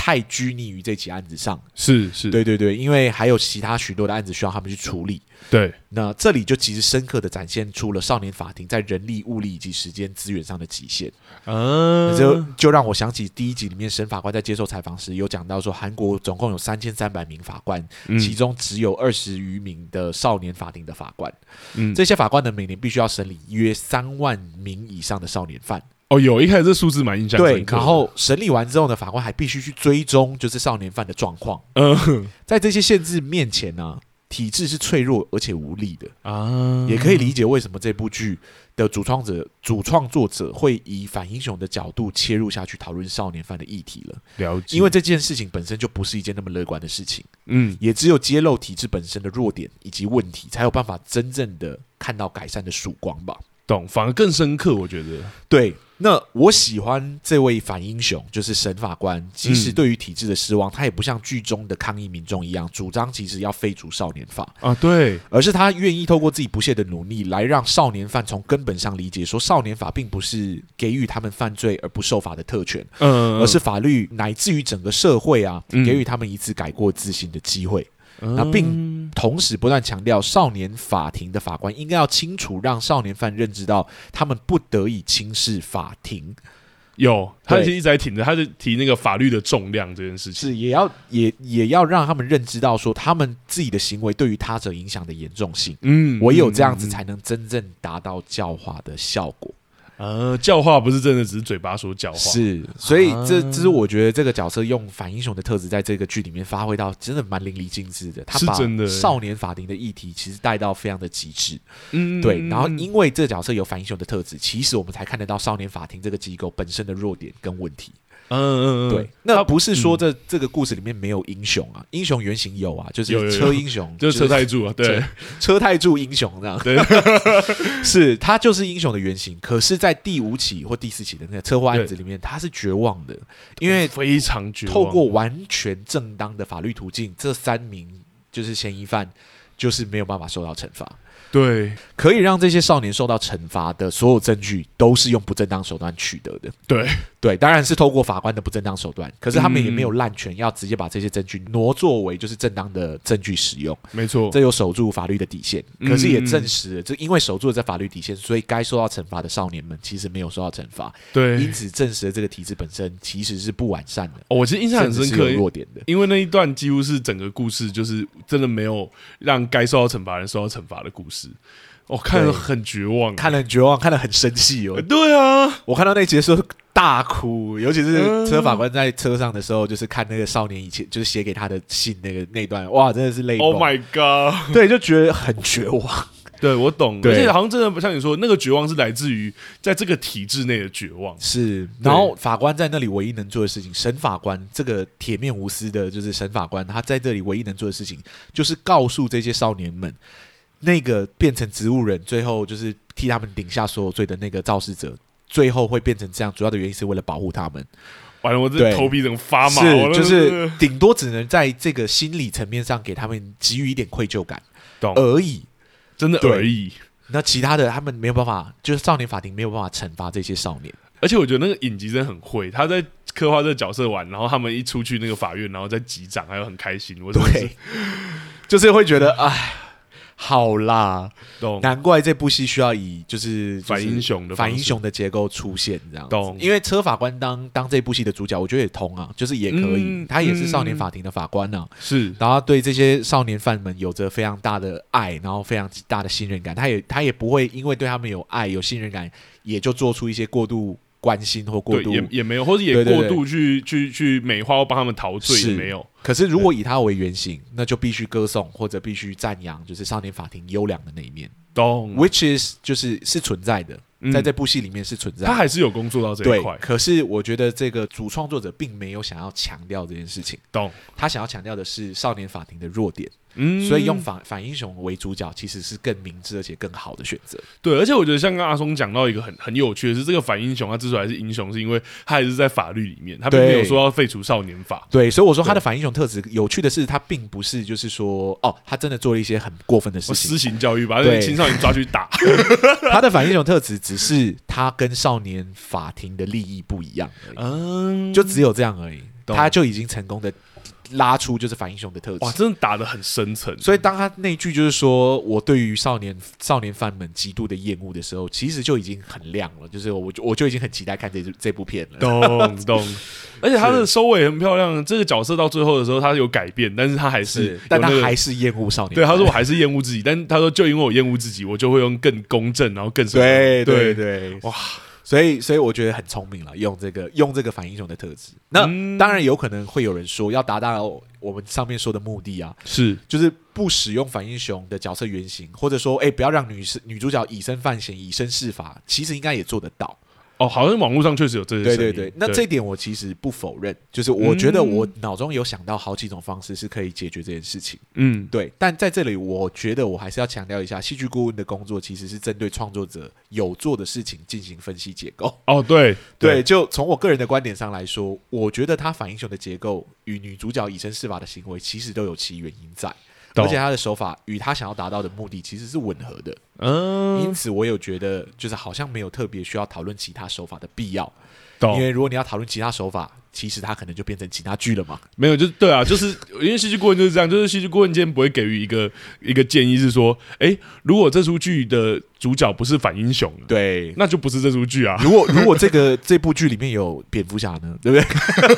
A: 太拘泥于这起案子上，
B: 是是，
A: 对对对，因为还有其他许多的案子需要他们去处理，
B: 对，
A: 那这里就其实深刻的展现出了少年法庭在人力、物力以及时间资源上的极限。
B: 嗯，
A: 啊这就让我想起第一集里面沈法官在接受采访时有讲到说，韩国总共有三千三百名法官，
B: 嗯
A: 其中只有二十余名的少年法庭的法官。
B: 嗯
A: 这些法官呢，每年必须要审理约三万名以上的少年犯。
B: 哦，有一开始这数字蛮印象
A: 对
B: 深，刻的，
A: 然后审理完之后呢，法官还必须去追踪就是少年犯的状况。
B: 嗯
A: 在这些限制面前呢、体制是脆弱而且无力的。
B: 啊，
A: 也可以理解为什么这部剧的主创者、主创作者会以反英雄的角度切入下去讨论少年犯的议题了，
B: 了解，
A: 因为这件事情本身就不是一件那么乐观的事情，
B: 嗯
A: 也只有揭露体制本身的弱点以及问题，才有办法真正的看到改善的曙光吧。
B: 懂，反而更深刻，我觉得，
A: 对，那我喜欢这位反英雄，就是沈法官。即使
B: 嗯
A: 对于体制的失望，他也不像剧中的抗议民众一样主张其实要废除少年法，
B: 啊，对，
A: 而是他愿意透过自己不懈的努力，来让少年犯从根本上理解说，少年法并不是给予他们犯罪而不受罚的特权，
B: 嗯，
A: 而是法律乃至于整个社会啊，
B: 嗯
A: 给予他们一次改过自新的机会。
B: 那
A: 并同时，不断强调少年法庭的法官应该要清楚让少年犯认知到，他们不得以轻视法庭，
B: 有，他
A: 对
B: 其实一直在挺着，他是提那个法律的重量这件事情，
A: 是也要也也要让他们认知到说，他们自己的行为对于他者影响的严重性。
B: 嗯
A: 唯有这样子
B: 嗯
A: 才能真正达到教化的效果。
B: 呃，教化不是真的只是嘴巴说教化，
A: 是，所以这
B: 啊
A: 这是我觉得这个角色用反英雄的特质，在这个剧里面发挥到真的蛮淋漓尽致的。他
B: 是
A: 把
B: 真的
A: 少年法庭的议题其实带到非常的极致，
B: 嗯
A: 对。然后因为这个角色有反英雄的特质，其实我们才看得到少年法庭这个机构本身的弱点跟问题。
B: 嗯嗯嗯，嗯
A: 对，那不是说这这个故事里面没有英雄啊，英雄原型有啊，就
B: 有有
A: 是
B: 有
A: 车英雄，
B: 就是车太柱啊，对，
A: 车太柱英雄这样，
B: 对，
A: 是他就是英雄的原型。可是，在第五起或第四起的那个车祸案子里面，他是绝望的，因为
B: 非常绝望，
A: 透过完全正当的法律途径，这三名就是嫌疑犯就是没有办法受到惩罚。
B: 对
A: 可以让这些少年受到惩罚的所有证据，都是用不正当手段取得的。
B: 对
A: 对，当然是透过法官的不正当手段，可是他们
B: 嗯
A: 也没有滥权，要直接把这些证据挪作为就是正当的证据使用，
B: 没错，
A: 这有守住法律的底线。
B: 嗯
A: 可是也证实了，这因为守住了这法律底线，所以该受到惩罚的少年们其实没有受到惩罚，因
B: 对。
A: 此证实了这个体制本身其实是不完善的，
B: 哦我其实印象很
A: 甚
B: 深
A: 至
B: 刻
A: 是，有弱点的。
B: 因为那一段几乎是整个故事，就是真的没有让该受到惩罚的人受到惩罚的故事。我、看了
A: 对
B: 很绝望，
A: 看了很绝望，看了很生气哦
B: 呃。对啊，
A: 我看到那集的时候大哭，尤其
B: 嗯
A: 是车法官在车上的时候，就是看那个少年以前就是写给他的信那个那段，哇，真的是泪崩。
B: Oh my god！
A: 对，就觉得很绝望。
B: 对我懂，而
A: 对
B: 且好像真的不像你说，那个绝望是来自于在这个体制内的绝望。
A: 是，然后法官在那里唯一能做的事情，沈法官这个铁面无私的，就是沈法官，他在这里唯一能做的事情，就是告诉这些少年们，那个变成植物人，最后就是替他们顶下所有罪的那个肇事者。最后会变成这样，主要的原因是为了保护他们，
B: 完了，我这
A: 对
B: 头皮整个发麻，
A: 是
B: 我那
A: 就是顶多只能在这个心理层面上给他们给予一点愧疚感
B: 懂，
A: 而已。
B: 真的
A: 对
B: 而已。
A: 那其他的他们没有办法，就是少年法庭没有办法惩罚这些少年。
B: 而且我觉得那个影集真的很会，他在刻画这个角色完，然后他们一出去那个法院，然后在击掌，还有很开心。我真的是
A: 对， 就是会觉得哎，好啦，
B: 懂
A: 难怪这部戏需要以就是
B: 反英雄的
A: 就是
B: 方式
A: 反英雄的结构出现这样子
B: 懂
A: 因为车法官当当这部戏的主角，我觉得也通啊，就是也可以，
B: 嗯
A: 他也是少
B: 嗯
A: 年法庭的法官啊，
B: 是
A: 然后对这些少年犯们有着非常大的爱，然后非常大的信任感，他也他也不会因为对他们有爱有信任感，也就做出一些过度关心或过
B: 对，
A: 度
B: 也也没有，或者也
A: 对对
B: 过
A: 对
B: 度去去去美化，或帮他们陶醉
A: 是
B: 也没有。
A: 可是如果以他为原型，那就必须歌颂或者必须赞扬，就是少年法庭优良的那一面、
B: 懂，
A: w h i c h is 就是是存在的，
B: 嗯
A: 在这部戏里面是存在
B: 他
A: 的。
B: 还是有工作到这一
A: 对
B: 块，，
A: 可是我觉得这个主创作者并没有想要强调这件事情，
B: 懂？
A: 他想要强调的是少年法庭的弱点，
B: 嗯
A: 所以用反反英雄为主角其实是更明智而且更好的选择。
B: 对，而且我觉得像刚刚阿松讲到一个很很有趣的是，这个反英雄他之所以还是英雄，是因为他还是在法律里面，他并没有
A: 对
B: 说要废除少年法。
A: 对，所以我说
B: 对
A: 他的反英雄特质有趣的是，他并不是就是说哦，他真的做了一些很过分的事
B: 我
A: 情
B: 哦私，刑教育把那
A: 对
B: 些青少年抓去 打，
A: 他的反英雄特质只是他跟少年法庭的利益不一样而已，
B: 嗯，
A: 就只有这样而已，
B: 懂
A: 他就已经成功的拉出就是反英雄的特
B: 哇，
A: 质。
B: 真的打的很深层，
A: 所以当他那句就是说我对于少年少年犯们极度的厌恶的时候，其实就已经很亮了，就是我就我就已经很期待看这这部片了。
B: 懂懂。而且他的收尾很漂亮，这个角色到最后的时候他有改变，但是他还是有
A: 但他
B: 那个
A: 还是厌恶少年
B: 对
A: 犯。
B: 他说我还是厌恶自己，但他说就因为我厌恶自己，我就会用更公正，然后更什么
A: 对
B: 对
A: 对对，哇！所以所以我觉得很聪明了，用这个用这个反英雄的特质。那、
B: 嗯
A: 当然有可能会有人说，要达到我们上面说的目的啊，
B: 是
A: 就是不使用反英雄的角色原型，或者说，哎、不要让女士女主角以身犯险、以身试法，其实应该也做得到。
B: 哦，好像网络上确实有这些
A: 对
B: 声
A: 对
B: 音嗯
A: 对，那这一点我其实不否认，就是我觉得我脑中有想到好几种方式是可以解决这件事情。
B: 嗯
A: 对，但在这里，我觉得我还是要强调一下，戏剧顾问的工作其实是针对创作者有做的事情进行分析结构。
B: 哦对
A: 对，就从我个人的观点上来说，我觉得他反英雄的结构与女主角以身试法的行为其实都有其原因在，
B: 懂
A: 而且他的手法与他想要达到的目的其实是吻合的，因
B: 嗯
A: 此我有觉得就是好像没有特别需要讨论其他手法的必要，因
B: 懂
A: 为如果你要讨论其他手法，其实他可能就变成其他剧了嘛。
B: 没有就是对啊，就是因为戏剧顾问就是这样，就是戏剧顾问今天不会给予一个一个建议是说，哎，如果这出剧的主角不是反英雄，
A: 对，
B: 那就不是这出剧啊，
A: 如果如果这个 这部剧里面有蝙蝠侠呢，对不对？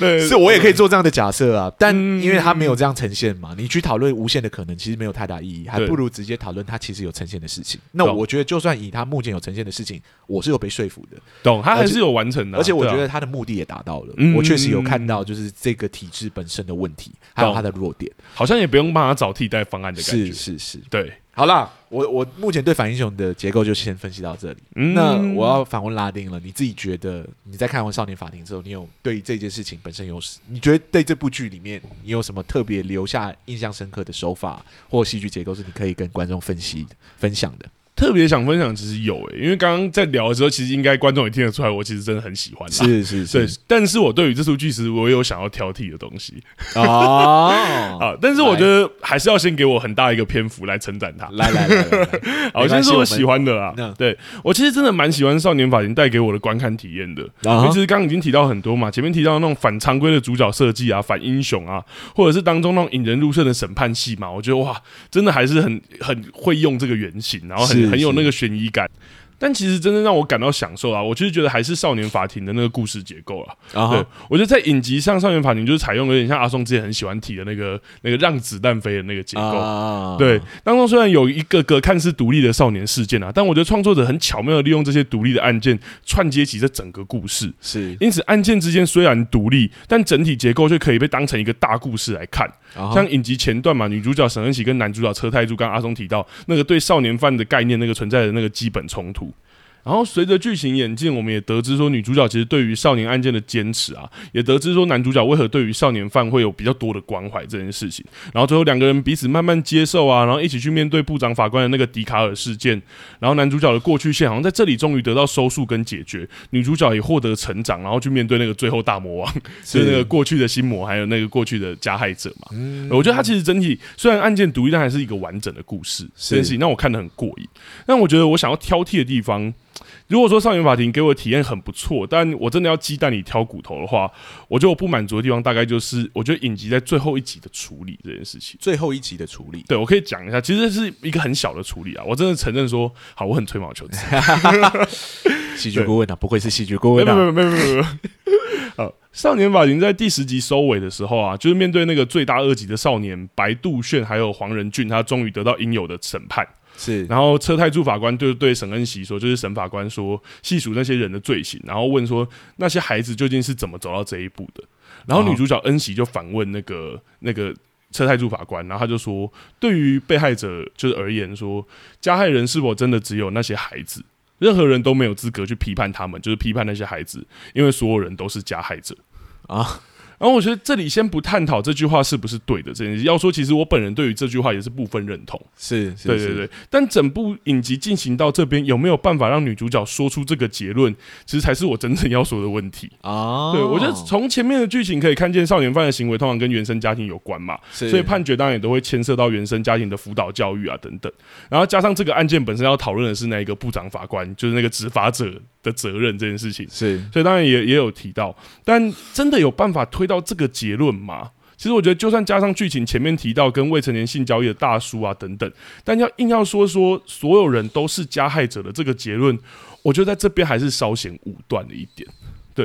B: 对
A: 是我也可以做这样的假设啊，但
B: 呃嗯
A: 因为他没有这样呈现嘛，你去讨论无限的可能，其实没有太大意义，还
B: 对
A: 不如直接讨论他其实有呈现的事情。那
B: 懂
A: 我觉得，就算以他目前有呈现的事情，我是有被说服的，
B: 懂，他还
A: 而且
B: 是有完成的啊，
A: 而且我
B: 对啊
A: 觉得他的目的也达到了
B: 嗯。
A: 我确实有看到，就是这个体制本身的问题，还有
B: 懂
A: 它的弱点。
B: 好像也不用帮他找替代方案的感
A: 是
B: 觉，
A: 是是，
B: 对，
A: 好啦，我我目前对反英雄的结构就先分析到这里。
B: 嗯
A: 那我要反问拉丁了，你自己觉得你在看完《少年法庭》之后，你有对这件事情本身有，你觉得对这部剧里面你有什么特别留下印象深刻的手法或戏剧结构是你可以跟观众分析分享的？
B: 特别想分享，其实有欸诶、因为刚刚在聊的时候，其实应该观众也听得出来，我其实真的很喜欢啦。
A: 是是
B: 对，但是我对于这出剧，其实我有想要挑剔的东西
A: 哦，
B: 啊，但是我觉得还是要先给我很大一个篇幅来称赞它。
A: 来来来来，来
B: 好，我
A: 没关
B: 先
A: 系我
B: 说我
A: 们
B: 喜欢的啦
A: 嗯。
B: 对我其实真的蛮喜欢《少年法庭》带给我的观看体验的。
A: 啊
B: 尤
A: 哈
B: 其是刚刚已经提到很多嘛，前面提到那种反常规的主角设计啊、反英雄啊，或者是当中那种引人入胜的审判戏嘛，我觉得哇，真的还是很很会用这个原型，然后
A: 是
B: 很很有
A: 是
B: 那个悬疑感。但其实真正让我感到享受啊，我就是觉得还是《少年法庭》的那个故事结构啊。
A: 啊
B: 对
A: 哈，
B: 我觉得在影集上，《少年法庭》就是采用有点像阿松之前很喜欢提的那个那个让子弹飞的那个结构。
A: 啊
B: 对，当中虽然有一个个看似独立的少年事件啊，但我觉得创作者很巧妙的利用这些独立的案件串接起这整个故事。
A: 是，
B: 因此，案件之间虽然独立，但整体结构却可以被当成一个大故事来看。
A: 啊哈
B: 像影集前段嘛，女主角沈恩喜跟男主角车太柱，刚刚阿松提到那个对少年犯的概念，那个存在的那个基本冲突。然后随着剧情演进，我们也得知说，女主角其实对于少年案件的坚持啊，也得知说男主角为何对于少年犯会有比较多的关怀这件事情。然后最后两个人彼此慢慢接受啊，然后一起去面对部长法官的那个笛卡尔事件。然后男主角的过去线好像在这里终于得到收束跟解决，女主角也获得成长，然后去面对那个最后大魔王。就是那个过去的心魔，还有那个过去的加害者嘛。我觉得它其实整体虽然案件独立，但还是一个完整的故事。
A: 是
B: 这件事情让我看得很过瘾。但我觉得我想要挑剔的地方，如果说上元法庭给我的体验很不错，但我真的要鸡蛋里挑骨头的话，我觉得我不满足的地方大概就是，我觉得影集在最后一集的处理这件事情。
A: 最后一集的处理，
B: 对，我可以讲一下，其实是一个很小的处理啊。我真的承认说，好，我很吹毛求疵。
A: 戏剧
B: 对
A: 顾问啊，不愧是戏剧顾问
B: 没
A: 啊，
B: 有没有没有没有没有。 好，少年法庭在第十集收尾的时候啊，就是面对那个罪大恶极的少年白杜炫还有黄仁俊，他终于得到应有的审判。
A: 是
B: 然后车太柱法官就对沈恩熙说，就是沈法官说，细数那些人的罪行，然后问说那些孩子究竟是怎么走到这一步的。然后女主角恩熙就反问那个那个车太柱法官，然后他就说，对于被害者就是而言说，加害人是否真的只有那些孩子？任何人都没有资格去批判他们，就是批判那些孩子，因为所有人都是加害者。
A: 啊，
B: 然后我觉得这里先不探讨这句话是不是对的这件事，要说其实我本人对于这句话也是部分认同。
A: 是，是
B: 对对，对，但整部影集进行到这边，有没有办法让女主角说出这个结论，其实才是我真正要说的问题。
A: 啊，
B: 对我觉得从前面的剧情可以看见，少年犯的行为通常跟原生家庭有关嘛，
A: 是
B: 所以判决当然也都会牵涉到原生家庭的辅导教育啊等等。然后加上这个案件本身要讨论的是那一个部长法官，就是那个执法者的责任这件事情，
A: 是
B: 所以当然也也有提到，但真的有办法推到这个结论吗？其实我觉得，就算加上剧情前面提到跟未成年性交易的大叔啊等等，但要硬要说说所有人都是加害者的这个结论，我觉得在这边还是稍显武断了一点。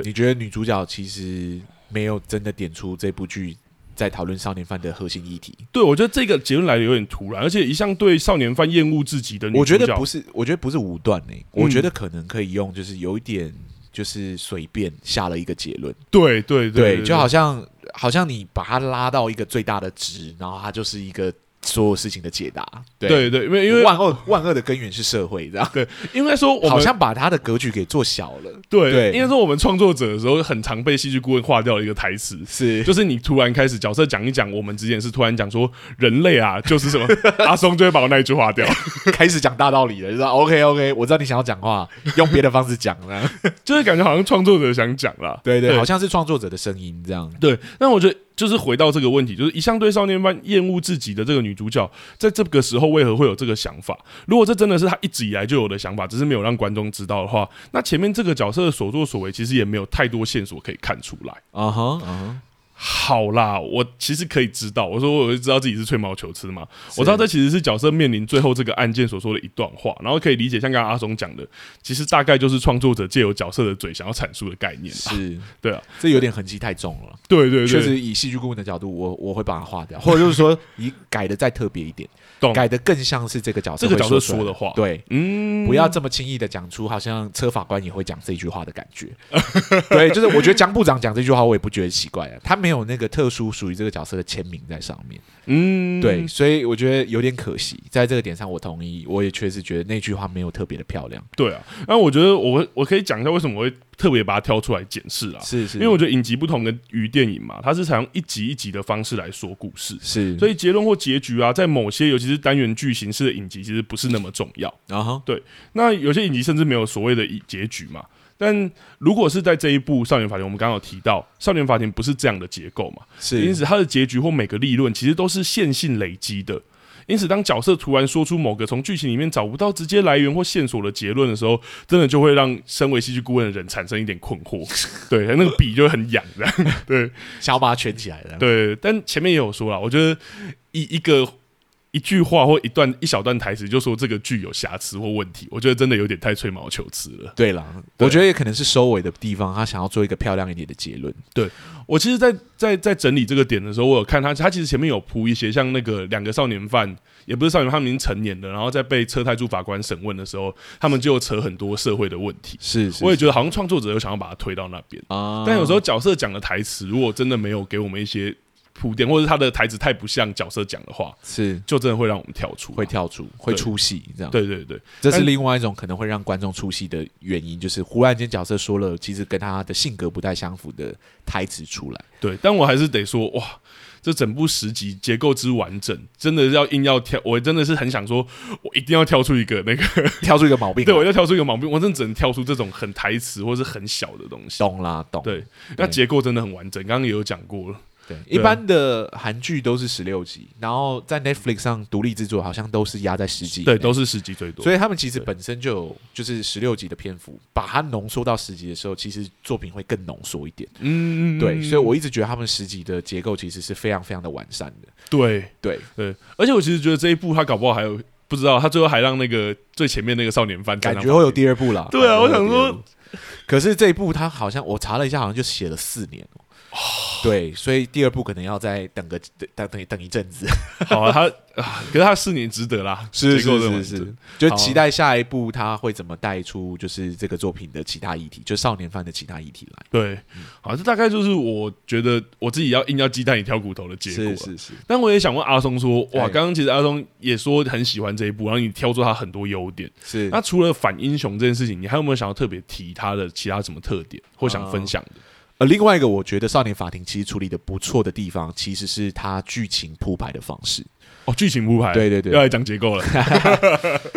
A: 你觉得女主角其实没有真的点出这部剧在讨论少年犯的核心议题？
B: 对，我觉得这个结论来的有点突然，而且一向对少年犯厌恶至极的女
A: 我
B: 主角，嗯
A: 觉得不是，我觉得不是武断呢、我觉得可能可以用，就是有一点就是随便下了一个结论，
B: 对对对，
A: 就好像好像你把它拉到一个最大的值，然后它就是一个所有事情的解答。
B: 对对，因为因为
A: 万恶万恶的根源是社会，这样
B: 应该说我们
A: 好像把它的格局给做小了。
B: 对，
A: 对
B: 应该说我们创作者的时候很常被戏剧顾问划掉的一个台词，
A: 是
B: 就是你突然开始角色讲一讲，我们之前是突然讲说人类啊，就是什么 阿松就会把我那一句划 掉，
A: 开始讲大道理了，就说 OK OK，我知道你想要讲话，用别的方式讲了。
B: 就是感觉好像创作者想讲啦。
A: 对对，
B: 对
A: 好像是创作者的声音这样。
B: 对，那我觉得就是回到这个问题，就是一向对少年犯厌恶至极的这个女主角，在这个时候为何会有这个想法？如果这真的是她一直以来就有的想法，只是没有让观众知道的话，那前面这个角色的所作所为其实也没有太多线索可以看出来。
A: 啊哈 啊
B: 好啦，我其实可以知道，我说我就知道自己是吹毛求疵嘛。
A: 是
B: 我知道这其实是角色面临最后这个案件所说的一段话，然后可以理解像刚刚阿松讲的，其实大概就是创作者借由角色的嘴想要阐述的概念啦。
A: 是，
B: 对啊，
A: 这有点痕迹太重了。
B: 对对对，
A: 确实，以戏剧顾问的角度，我我会把它划掉，或者就是说，以改的再特别一点，
B: 懂
A: 改的更像是这个角色
B: 这个角色
A: 会出来
B: 说的话，
A: 对。
B: 嗯，
A: 不要这么轻易的讲出，好像车 法官也会讲这句话的感觉。对，就是我觉得江部长讲这句话，我也不觉得奇怪啊。他没有那个特殊属于这个角色的签名在上面。
B: 嗯，
A: 对，所以我觉得有点可惜，在这个点上我同意，我也确实觉得那句话没有特别的漂亮。
B: 对啊。那我觉得我会我可以讲一下为什么我会特别把它挑出来检视啊，
A: 是是，
B: 因为我觉得影集不同的于电影嘛，它是采用一集一集的方式来说故事。
A: 是，
B: 所
A: 以
B: 以结论或结局啊，在某些尤其是单元剧形式的影集，其实不是那么重要。
A: 然后
B: 那有些影集甚至没有所谓的以结局嘛。但如果是在这一部《少年法庭》，我们刚刚有提到，《少年法庭》不是这样的结构嘛，因
A: 是
B: 此它的结局或每个立论其实都是线性累积的。因此，当角色突然说出某个从剧情里面找不到直接来源或线索的结论的时候，真的就会让身为戏剧顾问的人产生一点困惑。对，那个笔就会很痒的。对，
A: 想要把它圈起来的。
B: 对，但前面也有说了，我觉得一一个一句话或一段一小段台词就说这个剧有瑕疵或问题，我觉得真的有点太吹毛求疵了。
A: 对了，我觉得也可能是收尾的地方，他想要做一个漂亮一点的结论。
B: 我其实在，在在整理这个点的时候，我有看他，他其实前面有铺一些像那个两个少年犯，也不是少年犯，他们已经成年了，然后在被车太柱法官审问的时候，他们就有扯很多社会的问题。
A: 是，是
B: 我也觉得好像创作者有想要把它推到那边。
A: 啊
B: 但有时候角色讲的台词，如果真的没有给我们一些铺垫，或者他的台词太不像角色讲的话，
A: 是
B: 就真的会让我们跳出。
A: 会，跳出，会
B: 对
A: 出戏这样。，
B: 对对对
A: 这是
B: 但
A: 另外一种可能会让观众出戏的原因，就是忽然间角色说了其实跟他的性格不太相符的台词出 来。
B: 对，但我还是得说，哇，这整部十集结构之完整，真的要硬要挑，我真的是很想说，我一定要挑出一个那个，
A: 挑出一个毛病来。
B: 对我要挑出一个毛病，我真的只能挑出这种很台词或是很小的东西。
A: 懂啦，懂。
B: 对，啊那结构真的很完整，刚刚也有讲过了。
A: 对，一般的韩剧都是十六集，然后在 Netflix 上独立制作，好像都是压在十集以内。
B: 对，都是十集最多。
A: 所以他们其实本身就有就是十六集的篇幅，把它浓缩到十集的时候，其实作品会更浓缩一点。
B: 嗯，
A: 对，所以我一直觉得他们十集的结构其实是非常非常的完善的。
B: 对
A: 对，
B: 对，而且我其实觉得这一部他搞不好还有不知道，他最后还让那个最前面那个少年犯
A: 感
B: 站
A: 觉
B: 上
A: 会有
B: 旁边
A: 第二部啦。
B: 对啊
A: 感觉会有
B: 我想
A: 第二
B: 说
A: 部，可是这一部他好像我查了一下，好像就写了四 年哦。对，所以第二部可能要再等个等等等一阵子，
B: 好啊，他啊，可是他四年值 得啦， 结构真的完整，
A: 就
B: 好
A: 期待下一部他会怎么带出就是这个作品的其他议题，就少年犯的其他议题来。
B: 对，好，这大概就是我觉得我自己要硬要鸡蛋里挑骨头的结果
A: 是
B: 了。
A: 是是，
B: 但我也想问阿松说，哇，
A: 哎
B: 刚刚其实阿松也说很喜欢这一部，然后你挑出他很多优点。
A: 是
B: 那除了反英雄这件事情，你还有没有想要特别提他的其他什么特点，或想分享的？
A: 呃，另外一个我觉得《少年法庭》其实处理的不错的地方，其实是它剧情铺排的方式。
B: 哦，剧情铺排，
A: 对对对
B: 要来讲结构 了。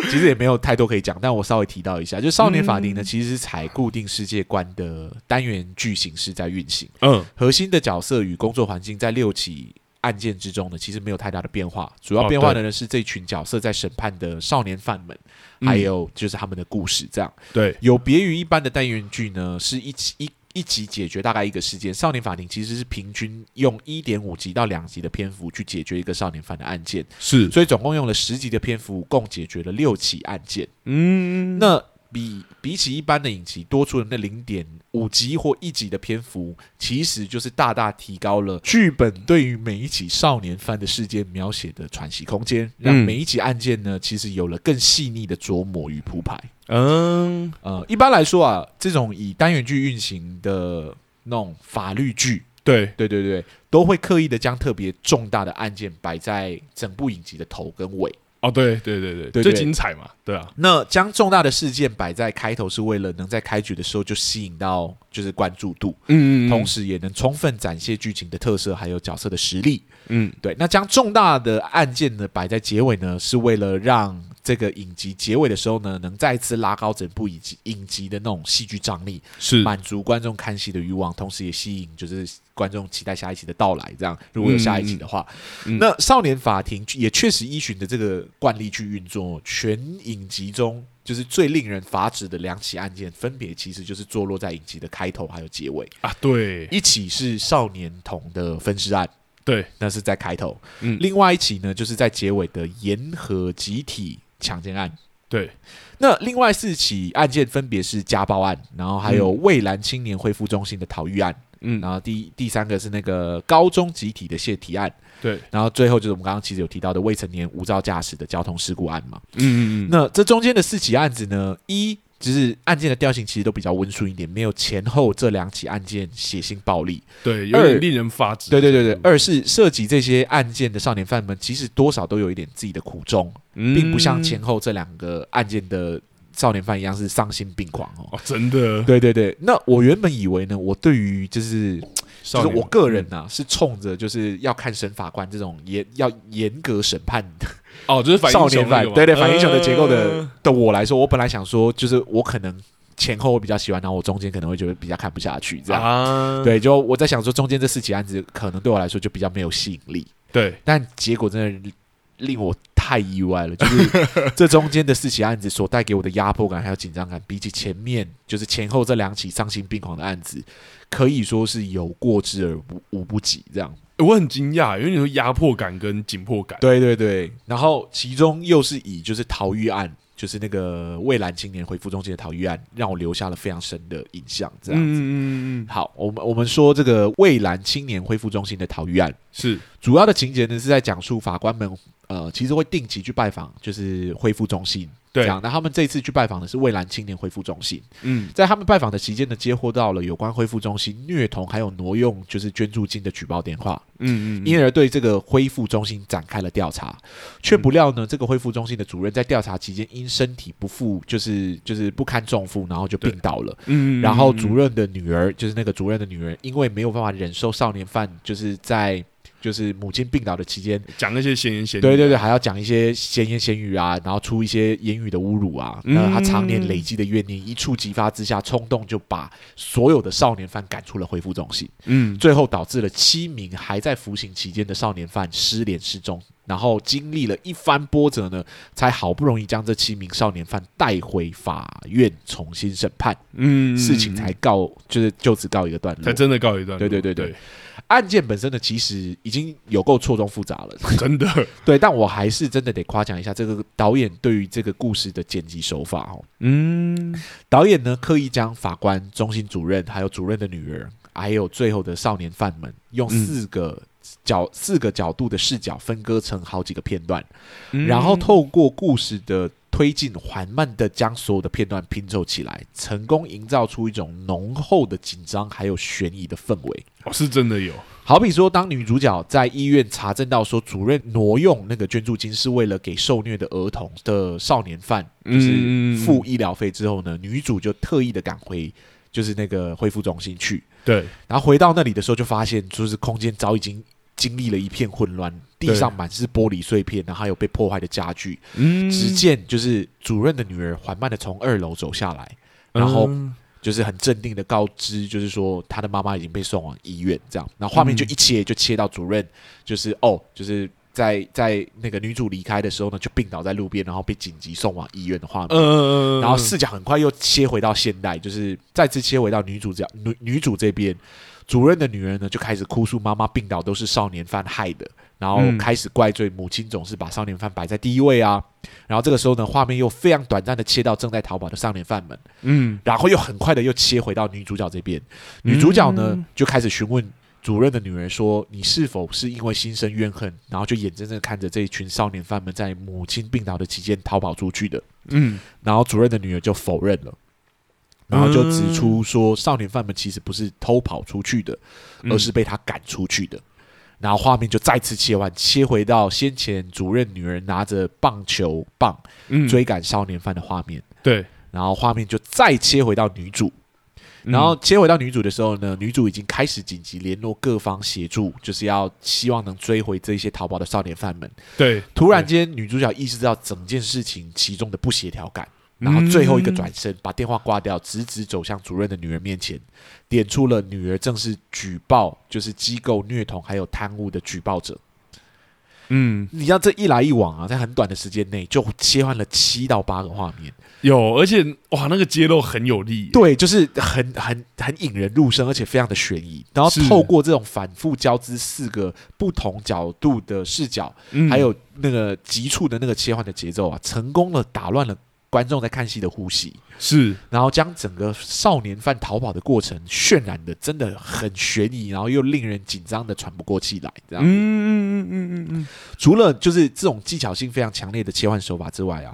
A: 其实也没有太多可以讲，但我稍微提到
B: 嗯
A: 一下，就《少年法庭》呢，其实是采固定世界观的单元剧形式在运行，
B: 嗯，
A: 核心的角色与工作环境在六起案件之中呢，其实没有太大的变化，主要
B: 哦
A: 变化的呢是这群角色在审判的少年犯们，
B: 嗯
A: 还有就是他们的故事这样。
B: 对，
A: 有别于一般的单元剧呢，是一集一一集解决大概一个事件。少年法庭其实是平均用一点五集到两集的篇幅去解决一个少年犯的案件，
B: 是，
A: 所以总共用了十集的篇幅，共解决了六起案件。
B: 嗯，
A: 那比比起一般的影集多出的那零点五集或一集的篇幅，其实就是大大提高了剧本对于每一起少年犯的事件描写的喘息空间，让
B: 嗯
A: 每一起案件呢，其实有了更细腻的琢磨与铺排。
B: 嗯，
A: 呃，一般来说啊，这种以单元剧运行的那种法律剧，
B: 对，
A: 对对对，都会刻意的将特别重大的案件摆在整部影集的头跟尾。
B: 哦，对对对对，
A: 对
B: 最
A: 对
B: 精彩嘛，对啊，
A: 那将重大的事件摆在开头，是为了能在开局的时候就吸引到就是关注度，
B: 嗯
A: 同，时也能充分展现剧情的特色，还有角色的实力。
B: 嗯，
A: 对，那将重大的案件呢摆在结尾呢，是为了让这个影集结尾的时候呢，能再次拉高整部影集影集的那种戏剧张力。
B: 是，
A: 满足观众看戏的欲望，同时也吸引就是观众期待下一期的到来。这样，如果有下一期的话，
B: 嗯嗯嗯
A: 那少年法庭也确实依循着这个惯例去运作。哦全影集中就是最令人发指的两起案件，分别其实就是坐落在影集的开头还有结尾。
B: 啊，对
A: 一起是少年童的分尸案，
B: 对，
A: 那是在开头；
B: 嗯
A: 另外一起呢，就是在结尾的沿河集体强奸案。
B: 对，
A: 那另外四起案件分别是家暴案，然后还有蔚蓝青年恢复中心的逃狱案，
B: 嗯
A: 然后第第三个是那个高中集体的泄题案，
B: 对，
A: 然后最后就是我们刚刚其实有提到的未成年无照驾驶的交通事故案嘛。
B: 嗯嗯嗯，
A: 那这中间的四起案子呢，一就是案件的调性其实都比较温顺一点，没有前后这两起案件血腥暴力。
B: 对，有
A: 二
B: 点令人发指。
A: 对对对对，二是涉及这些案件的少年犯们，其实多少都有一点自己的苦衷，
B: 嗯
A: 并不像前后这两个案件的少年犯一样是丧心病狂哦。
B: 哦，真的，
A: 对对对，那我原本以为呢，我对于就是就
B: 少
A: 是
B: 年嗯
A: 我个人呢、是冲着就是要看审法官这种严要严格审判的
B: 哦，就是反英
A: 少
B: 雄
A: 年
B: 那
A: 犯
B: 个，嘛
A: 对对反英雄的结构的
B: 呃
A: 的我来说，我本来想说就是我可能前后会比较喜欢，然后我中间可能会觉得比较看不下去这样。
B: 啊，
A: 对，就我在想说中间这四起案子可能对我来说就比较没有吸引力，
B: 对，
A: 但结果真的令我太意外了，就是 这中间的四起案子所带给我的压迫感还有紧张感，比起前面就是前后这两起丧心病狂的案子，可以说是有过之而无无不及。这样，
B: 我很惊讶，因为你说压迫感跟紧迫感，
A: 对对对，然后其中又是以就是逃狱案。就是那个蔚蓝青年回复中心的逃狱案，让我留下了非常深的印象。这样，
B: 嗯嗯嗯嗯，
A: 好，我们我们说这个蔚蓝青年恢复中心的逃狱案，
B: 是
A: 主要的情节呢是在讲述法官们呃，其实会定期去拜访，就是恢复中心。这
B: 对，
A: 样，那他们这次去拜访的是蔚蓝青年恢复中心，
B: 嗯
A: 在他们拜访的期间呢，接获到了有关恢复中心虐童还有挪用就是捐助金的举报电话，
B: 嗯嗯，
A: 因而对这个恢复中心展开了调查。却不料呢，这个恢复中心的主任在调查期间因身体不复，就是就是不堪重负，然后就病倒了。
B: 嗯，
A: 然后
B: 嗯
A: 主任的女儿，就是那个主任的女儿，因为没有办法忍受少年犯就是在就是母亲病倒的期间，
B: 嗯讲那些闲言闲语，
A: 对对对，还要讲一些闲言闲语啊，然后出一些言语的侮辱啊，
B: 嗯
A: 那他常年累积的怨念一触即发之下，冲动就把所有的少年犯赶出了恢复中心，
B: 嗯，
A: 最后导致了七名还在服刑期间的少年犯失联失踪。然后经历了一番波折呢，才好不容易将这七名少年犯带回法院重新审判。
B: 嗯
A: 事情才告，就是就此告一个段
B: 才
A: 落。
B: 真的告一段落，
A: 对对对对案件本身呢，其实已经有够错综复杂了，
B: 对，真的，
A: 对。但我还是真的得夸奖一下这个导演对于这个故事的剪辑手法哦。
B: 嗯，
A: 导演呢刻意将法官、中心主任、还有主任的女儿，还有最后的少年犯们，用
B: 嗯
A: 四个角、四个角度的视角分割成好几个片段，
B: 嗯
A: 然后透过故事的推进，缓慢的将所有的片段拼凑起来，成功营造出一种浓厚的紧张还有悬疑的氛围。
B: 哦是真的有，
A: 好比说，当女主角在医院查证到说主任挪用那个捐助金是为了给受虐的儿童的少年犯，就是
B: 嗯
A: 付医疗费之后呢，女主就特意的赶回就是那个恢复中心去，
B: 对，
A: 然后回到那里的时候就发现，就是空间早已经经历了一片混乱，地
B: 对
A: 上满是玻璃碎片，然后还有被破坏的家具。
B: 嗯
A: 只见就是主任的女儿缓慢的从二楼走下来，然后
B: 嗯
A: 就是很镇定的告知，就是说他的妈妈已经被送往医院，这样，然后画面就一切就切到主任，就是哦，就是在在那个女主离开的时候呢，就病倒在路边，然后被紧急送往医院的画面，
B: 嗯，
A: 然后视角很快又切回到现代，就是再次切回到女主角女女主这边，主任的女儿呢就开始哭诉妈妈病倒都是少年犯害的，然后
B: 嗯
A: 开始怪罪母亲总是把少年犯摆在第一位啊，然后这个时候呢，画面又非常短暂的切到正在逃跑的少年犯们。
B: 嗯，
A: 然后又很快的又切回到女主角这边，女主角呢、
B: 嗯
A: 就开始询问主任的女儿说：“你是否是因为心生怨恨，然后就眼睁睁地看着这一群少年犯们在母亲病倒的期间逃跑出去的
B: 嗯？”
A: 然后主任的女儿就否认了。然后就指出说，少年犯们其实不是偷跑出去的，
B: 嗯，
A: 而是被他赶出去的。然后画面就再次切换，切回到先前主任女儿拿着棒球棒
B: 嗯
A: 追赶少年犯的画面，
B: 对，
A: 然后画面就再切回到女主，然后切回到女主的时候呢，女主已经开始紧急联络各方协助，就是要希望能追回这些逃跑的少年犯们。
B: 嗯对，
A: 突然间，女主角意识到整件事情其中的不协调感，
B: 嗯
A: 然后最后一个转身，把电话挂掉，直直走向主任的女儿面前，点出了女儿正是举报就是机构虐童还有贪污的举报者。
B: 嗯，嗯，
A: 你知道这一来一往啊，在很短的时间内就切换了七到八个画面。
B: 有，而且哇，那个揭露很有力，
A: 对，就是很很很引人入胜，而且非常的悬疑。然后
B: 是
A: 透过这种反复交织四个不同角度的视角，
B: 嗯
A: 还有那个急促的那个切换的节奏啊，成功的打乱了观众在看戏的呼吸，
B: 是，
A: 然后将整个少年犯逃跑的过程渲染的真的很悬疑，然后又令人紧张的喘不过气来。这样，
B: 嗯嗯嗯嗯嗯嗯，
A: 除了就是这种技巧性非常强烈的切换手法之外啊，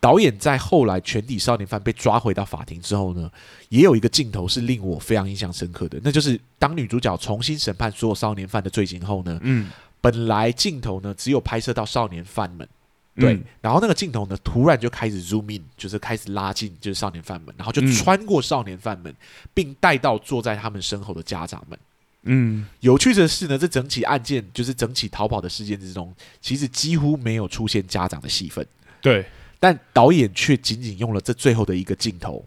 A: 导演在后来《全体少年犯》被抓回到法庭之后呢，也有一个镜头是令我非常印象深刻的，那就是当女主角重新审判所有少年犯的罪行后呢，
B: 嗯，
A: 本来镜头呢只有拍摄到少年犯们。对，
B: 嗯
A: 然后那个镜头呢，突然就开始 zoom in，就是开始拉近，就是少年犯们，然后就
B: 嗯
A: 穿过少年犯们，并带到坐在他们身后的家长们。
B: 嗯
A: 有趣的是呢，这整起案件，就是整起逃跑的事件之中，其实几乎没有出现家长的戏份，
B: 对，
A: 但导演却仅仅用了这最后的一个镜头，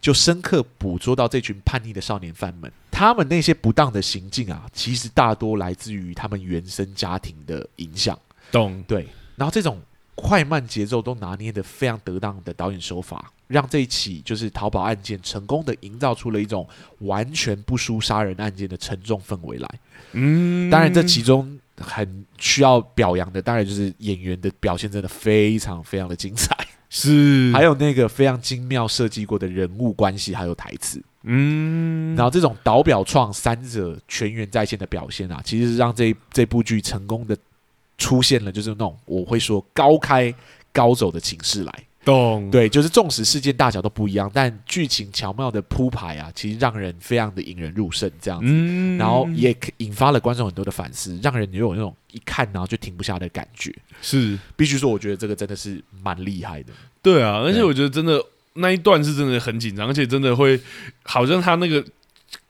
A: 就深刻捕捉到这群叛逆的少年犯们，他们那些不当的行径啊，其实大多来自于他们原生家庭的影响。
B: 懂，
A: 对，然后这种快慢节奏都拿捏的非常得当的导演手法，让这一起就是逃跑案件成功的营造出了一种完全不输杀人案件的沉重氛围来。
B: 嗯，
A: 当然，这其中很需要表扬的，当然就是演员的表现真的非常非常的精彩，
B: 是
A: 还有那个非常精妙设计过的人物关系，还有台词。
B: 嗯，
A: 然后这种导表创三者全员在线的表现啊，其实是让这这部剧成功的出现了，就是那种我会说高开高走的情势来。
B: 懂，
A: 对，就是纵使事件大小都不一样，但剧情巧妙的铺排啊，其实让人非常的引人入胜这样子。
B: 嗯，
A: 然后也引发了观众很多的反思，让人也有那种一看然后就停不下的感觉。
B: 是
A: 必须说，我觉得这个真的是蛮厉害的。
B: 对啊，而且
A: 对
B: 我觉得真的那一段是真的很紧张，而且真的会好像他那个。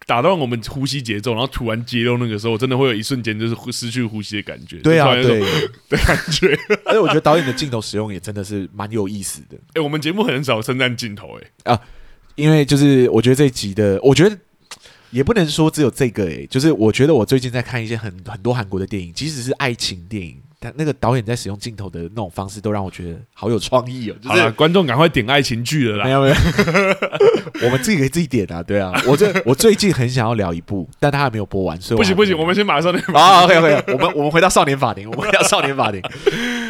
B: 打断我们呼吸节奏，然后突然揭露那个时候，我真的会有一瞬间就是呼失去呼吸的感觉。
A: 对啊，
B: 就突然有
A: 对
B: 种，的感觉。
A: 而且我觉得导演的镜头使用也真的是蛮有意思的。
B: 哎、我们节目很少称赞镜头、哎，
A: 因为就是我觉得这一集的，我觉得也不能说只有这个诶、就是我觉得我最近在看一些很很多韩国的电影，即使是爱情电影，但那个导演在使用镜头的那种方式，都让我觉得好有创意哦、就
B: 好了，
A: 是。
B: 观众赶快点爱情剧了
A: 没
B: 啦。
A: 有没有，我们自己给自己点啊，对啊，我这我最近很想要聊一部，但他还没有播完，所以
B: 不行不
A: 还没
B: 行，我们先马上那个。
A: 啊，OK OK，我们我们回到少年法庭，我们回到少年法 庭。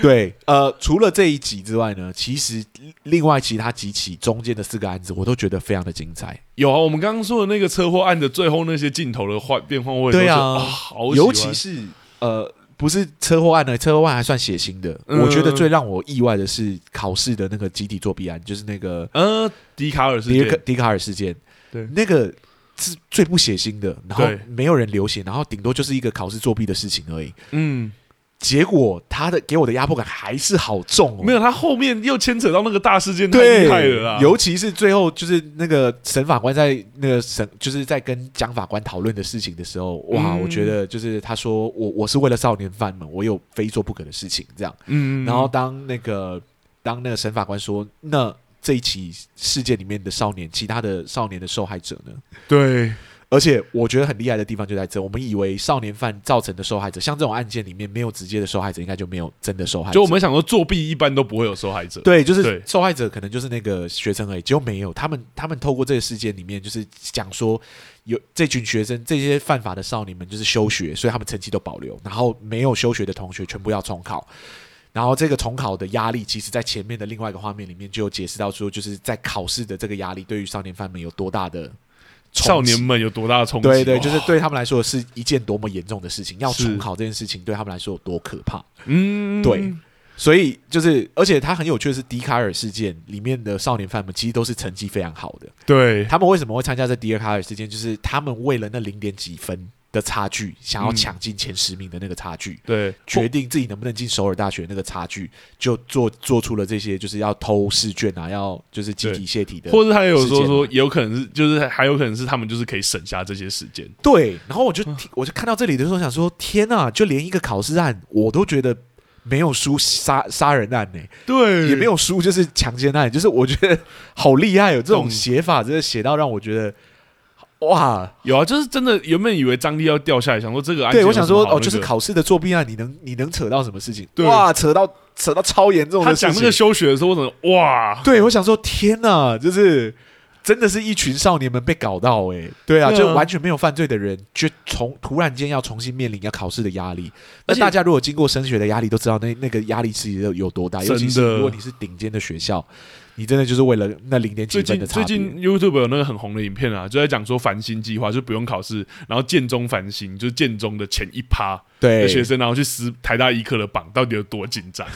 A: 对，呃，除了这一集之外呢，其实另外其他几起中间的四个案子，我都觉得非常的精彩。
B: 有啊，我们刚刚说的那个车祸案的最后那些镜头的换变换位置，
A: 对啊
B: 我说好喜欢
A: 尤其是呃，不是车祸案呢，车祸案还算血腥的。
B: 嗯
A: 我觉得最让我意外的是考试的那个集体作弊案，就是那个
B: 呃，笛卡尔事
A: 迪克
B: 件，
A: 迪卡尔事件，
B: 对
A: 那个。是最不血腥的，然后
B: 对
A: 没有人流血，然后顶多就是一个考试作弊的事情而已。
B: 嗯，
A: 结果他的给我的压迫感还是好重哦，
B: 没有，他后面又牵扯到那个大事件，太
A: 对，
B: 厉害了啦。
A: 尤其是最后就是那个沈法官在那个沈就是在跟蒋法官讨论的事情的时候，哇，
B: 嗯
A: 我觉得就是他说我我是为了少年犯们，我有非做不可的事情这样。
B: 嗯，
A: 然后当那个当那个沈法官说，那这一起事件里面的少年，其他的少年的受害者呢？
B: 对，
A: 而且我觉得很厉害的地方就在这，我们以为少年犯造成的受害者，像这种案件里面没有直接的受害者，应该就没有真的受害者。
B: 就我们想说作弊一般都不会有受害者，
A: 哎对，就
B: 对
A: 是受害者可能就是那个学生而已，结果没有。他们他们透过这个事件里面，就是讲说有这群学生这些犯法的少年们就是休学，所以他们成绩都保留，然后没有休学的同学全部要重考。然后这个重考的压力，其实在前面的另外一个画面里面就有解释到说，就是在考试的这个压力对于少年犯们有多大的冲击
B: 少年们有多大的冲击？啊
A: 对对，
B: 哇
A: 就是对他们来说是一件多么严重的事情，要
B: 是
A: 重考这件事情对他们来说有多可怕。
B: 嗯，
A: 对，所以就是，而且他很有趣的是，笛卡尔事件里面的少年犯们其实都是成绩非常好的。
B: 对，
A: 他们为什么会参加这笛卡尔事件？就是他们为了那零点几分的差距，想
B: 嗯
A: 要抢进前十名的那个差距，
B: 对，
A: 决定自己能不能进首尔大学那个差距，就做做出了这些，就是要偷试卷啊，要就是集体泄题的。
B: 或者他也有
A: 事
B: 说
A: 件
B: 说，
A: 嘛
B: 也有可能是，就是还有可能是他们就是可以省下这些时间。
A: 对，然后我
B: 嗯
A: 就听我就看到这里的时候，想说天啊，就连一个考试案我都觉得没有输杀杀人案呢、
B: 对
A: 也没有输，就是强奸案，就是我觉得好厉害哦，这种
B: 嗯
A: 写法真的写到让我觉得哇！
B: 有啊，就是真的原本以为张力要掉下来，想说这个案件
A: 对我
B: 有什
A: 想
B: 么
A: 说
B: 好
A: 哦，
B: 那
A: 就是
B: 个
A: 考试的作弊案，你能你能扯到什么事情？
B: 对
A: 哇，扯到扯到超严重
B: 他
A: 的事
B: 讲那个
A: 情。
B: 休学的时候，我怎么哇？
A: 对，我想说天哪，就是真的是一群少年们被搞到哎、对啊，
B: 对啊
A: 就完全没有犯罪的人，就从突然间要重新面临要考试的压力。那
B: 而且
A: 大家如果经过升学的压力，都知道那那个压力是有有多大，尤其
B: 真
A: 是
B: 的
A: 如果你是顶尖的学校。你真的就是为了那零点几
B: 最
A: 分
B: 近
A: 的差
B: 最
A: 别。
B: 近 YouTube 有那个很红的影片啊，就在讲说繁星计划，就不用考试，然后建中繁星就是建中的前一趴
A: 对
B: 的学生，然后去撕台大医科的榜，到底有多紧张？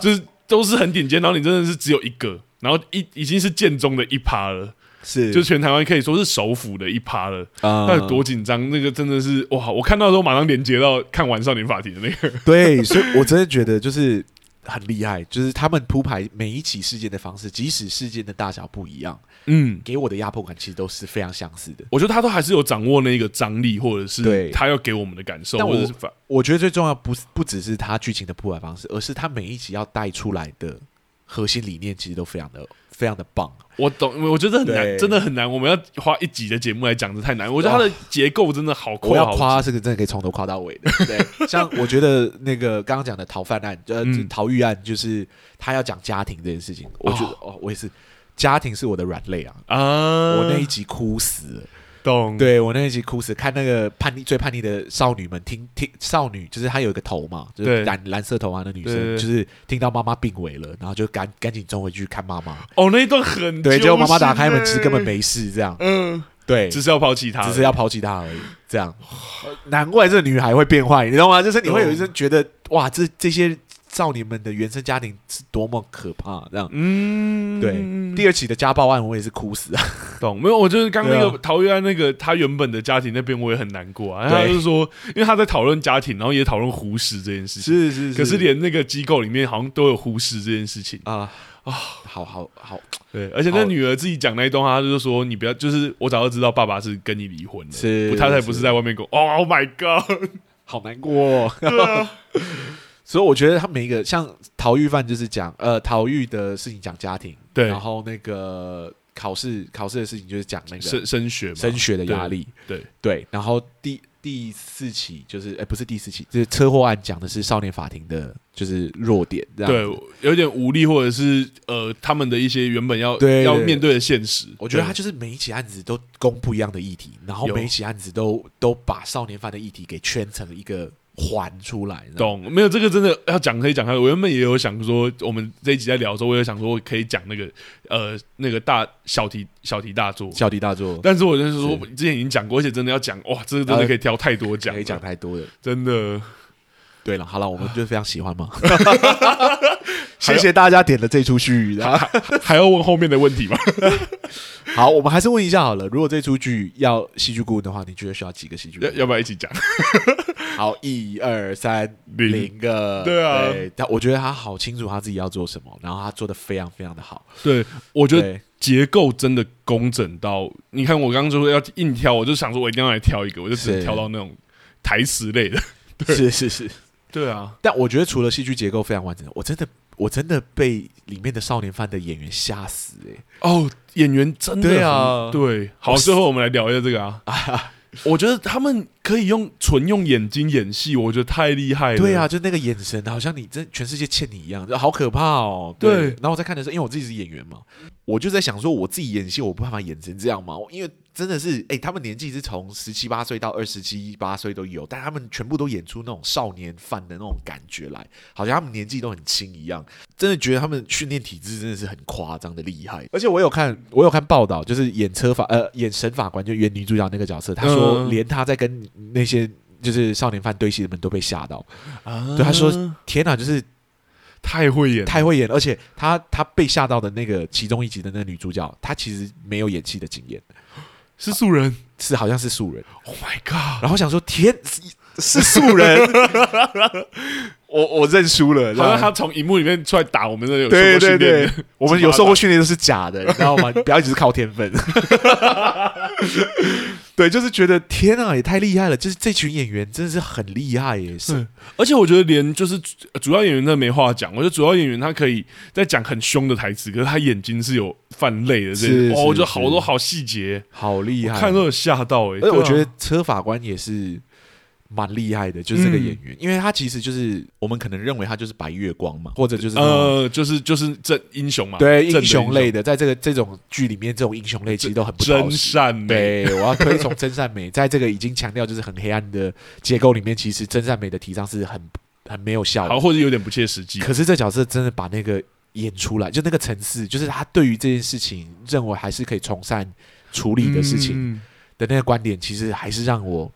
B: 就是都是很顶尖，然后你真的是只有一个，然后一已经是建中的一趴了，
A: 是
B: 就全台湾可以说是首府的一趴了，
A: 啊
B: 那有多紧张？那个真的是哇！我看到的时候马上连接到看完少年法庭的那个，
A: 对，所以我真的觉得就是很厉害，就是他们铺排每一起事件的方式，即使事件的大小不一样，
B: 嗯，
A: 给我的压迫感其实都是非常相似的。
B: 我觉得他都还是有掌握那个张力，或者
A: 对
B: 是他要给我们的感受，
A: 但我
B: 或者是反
A: 我觉得最重要不是不只是它剧情的铺排方式，而是它每一集要带出来的核心理念，其实都非常的非常的棒。
B: 我懂，我觉得很
A: 对
B: 难，真的很难。我们要花一集的节目来讲，这太难。我觉得它的结构真的好
A: 我
B: 快，
A: 要
B: 好
A: 夸这个真的可以从头夸到尾的。对，像我觉得那个刚刚讲的逃犯案，呃，
B: 嗯
A: 逃狱案，就是他要讲家庭这件事情，我觉得哦我也是，家庭是我的软肋啊。
B: 啊！
A: 我
B: 我
A: 那一集哭死了，
B: 懂，
A: 对我那一集哭死，看那个叛逆最叛逆的少女们听听少女，就是她有一个头嘛，就是
B: 对
A: 蓝蓝色头发啊的女
B: 对
A: 生，
B: 对对
A: 就是听到妈妈病危了，然后就赶赶紧冲回去看妈妈，
B: 哦，那一段很
A: 对，结果妈妈
B: 揪心
A: 打开门，其实
B: 欸
A: 根本，没事，这样，
B: 嗯，
A: 对，
B: 只是要抛弃他，
A: 只是要抛弃她而已，这 样，难怪这女孩会变坏，你知道吗？就是你会有一种觉得，哇，这这些少年们的原生家庭是多么可怕，这样。
B: 嗯，
A: 对，第二起的家暴案我也是哭死啊！
B: 懂没有？我就是刚那
A: 对啊
B: 个陶渊安那个他原本的家庭那边，我也很难过啊。他
A: 对
B: 就是说，因为他在讨论家庭，然后也讨论忽视这件事情，
A: 是是
B: 可是连那个机构里面好像都有忽视这件事情。
A: 啊啊，好好好，
B: 对，而且
A: 好
B: 那女儿自己讲那一段话，她就是说：“你不要，就是我早就知道爸爸是跟你离婚了，
A: 是
B: 不他才不是在外面跟我。”Oh my god！
A: 好难过、哦。
B: 啊
A: 所以我觉得他每一个像逃狱犯就是讲呃逃狱的事情讲家庭，
B: 对
A: 然后那个考试考试的事情就是讲那个
B: 升升学嘛，
A: 升学的压力，
B: 对
A: 对，然后第第四起就是哎、不是第四起，就是车祸案讲的是少年法庭的就是弱点，这样
B: 对
A: 子，
B: 有点无力，或者是呃，他们的一些原本要
A: 对
B: 要
A: 对
B: 面对的现实。
A: 我觉得他
B: 对
A: 就是每一起案子都攻不一样的议题，然后
B: 有
A: 每一起案子都都把少年犯的议题给圈成一个环出来，你知道吗
B: 懂没有？这个真的要讲可以讲开。我原本也有想说，我们这一集在聊的时候，我有想说我可以讲那个呃那个大小题小题大做，
A: 小题大做，
B: 但是我就是说之前已经讲过，而且真的要讲哇，这个真的可以挑太多讲
A: 可
B: 了，
A: 以讲太多了。
B: 真的。
A: 对了，好了，我
B: 啊
A: 们就非常喜欢 嘛。谢谢大家点的这出剧啊！
B: 还要问后面的问题吗？
A: 好，我们还是问一下好了，如果这出剧要戏剧顾问的话，你觉得需要几个戏剧顾
B: 要
A: 问？
B: 要不要一起讲？
A: 好，一二三，
B: 零
A: 零个。
B: 对啊
A: 他我觉得他好清楚他自己要做什么，然后他做的非常非常的好。
B: 对，我觉得
A: 对，
B: 结构真的工整到，你看我刚刚就说要硬挑，我就想说我一定要来挑一个，我就只
A: 是
B: 能挑到那种台词类的。
A: 是是是。
B: 对啊，
A: 但我觉得除了戏剧结构非常完整，我真的我真的被里面的少年犯的演员吓死哎、
B: 哦，演员真的很
A: 对啊
B: 对。好，最后我们来聊一下这个啊。 我觉得他们可以用纯用眼睛演戏，我觉得太厉害了。
A: 对啊，，就那个眼神，好像你真全世界欠你一样，就好可怕哦。
B: 对
A: 然后我在看的时候，因为我自己是演员嘛，我就在想说，我自己演戏，我不办法演成这样嘛，因为真的是，哎、他们年纪是从十七八岁到二十七八岁都有，但他们全部都演出那种少年犯的那种感觉来，好像他们年纪都很轻一样。真的觉得他们训练体制真的是很夸张的厉害。而且我有看，我有看报道，就是演车法呃演神法官，就演女主角那个角色，他说
B: 嗯
A: 连他在跟那些。就是少年犯对戏的们都被吓到，
B: 啊
A: 对他说天哪，就是
B: 太会演了，
A: 太会演，而且她她被吓到的那个其中一集的那个女主角，她其实没有演戏的经验，
B: 是素人。
A: 是好像是素 人。
B: Oh my god！
A: 然后想说，天是是素人， 我我认输了。
B: 好像
A: 这样
B: 他从荧幕里面出来打我们的有受
A: 啊对
B: 过
A: 对
B: 训练
A: 对
B: 的，，
A: 我们有受过训练都是假的，你知道 吗？不要只是靠天分。 对，就是觉得天啊，也太厉害了！就是这群演员真的是很厉害耶，是
B: 对，而且我觉得连就是主主要演员真的没话讲，我觉得主要演员他可以在讲很凶的台词，可是他眼睛是有泛泪的
A: 是
B: 这些，
A: 是
B: 哦，我觉得好
A: 是
B: 多好细节，
A: 好厉害，
B: 看都有吓到哎、欸。
A: 而且我觉
B: 对
A: 得
B: 啊
A: 车法官也是蛮厉害的，就是这个
B: 嗯
A: 演员，因为他其实就是我们可能认为他就是白月光嘛，或者就是那种、
B: 呃，就是就是正英雄嘛，
A: 对
B: 正的
A: 英雄类的，在这个这种剧里面，这种英雄类其实都很不讨
B: 真
A: 喜。
B: 善 美，
A: 对，我要推崇真善美，在这个已经强调就是很黑暗的结构里面，其实真善美的提倡是很很没有效的
B: 好，。或者有点不切实际。
A: 可是这角色真的把那个演出来，就那个层次，就是他对于这件事情认为还是可以从善处理的事情，
B: 嗯
A: 的那个观点，其实还是让我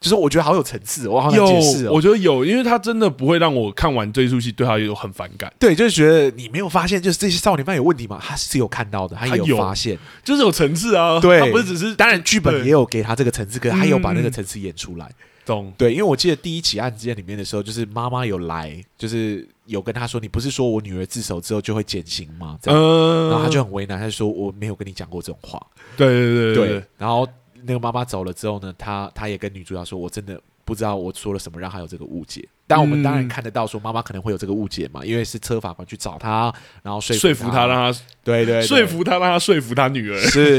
A: 就是我觉得好有层次哦，我好难
B: 有
A: 解释，哦。
B: 我觉得有，因为他真的不会让我看完这一出戏对他有很反感，
A: 对，就是觉得你没有发现，就是这些少年犯有问题吗？他是有看到的，他也
B: 他有
A: 发现。
B: 就是有层次啊，
A: 对
B: 他不是只是
A: 当然，剧本
B: 对嗯
A: 也有给他这个层次，可是他有把那个层次演出来。
B: 懂，
A: 对，因为我记得第一起案件里面的时候，就是妈妈有来，就是有跟他说：“你不是说我女儿自首之后就会减刑吗？”这样，
B: 嗯，
A: 然后他就很为难，他就说：“我没有跟你讲过这种话。
B: 对对对
A: 对
B: 对，
A: 然后那个妈妈走了之后呢，他他也跟女主角说：“我真的不知道我说了什么让她有这个误解。”但我们当然
B: 嗯
A: 看得到，说妈妈可能会有这个误解嘛，因为是车法官去找他，然后说
B: 说
A: 服
B: 服他让他
A: 对对对
B: 说服他让他说服他女 儿，
A: 是，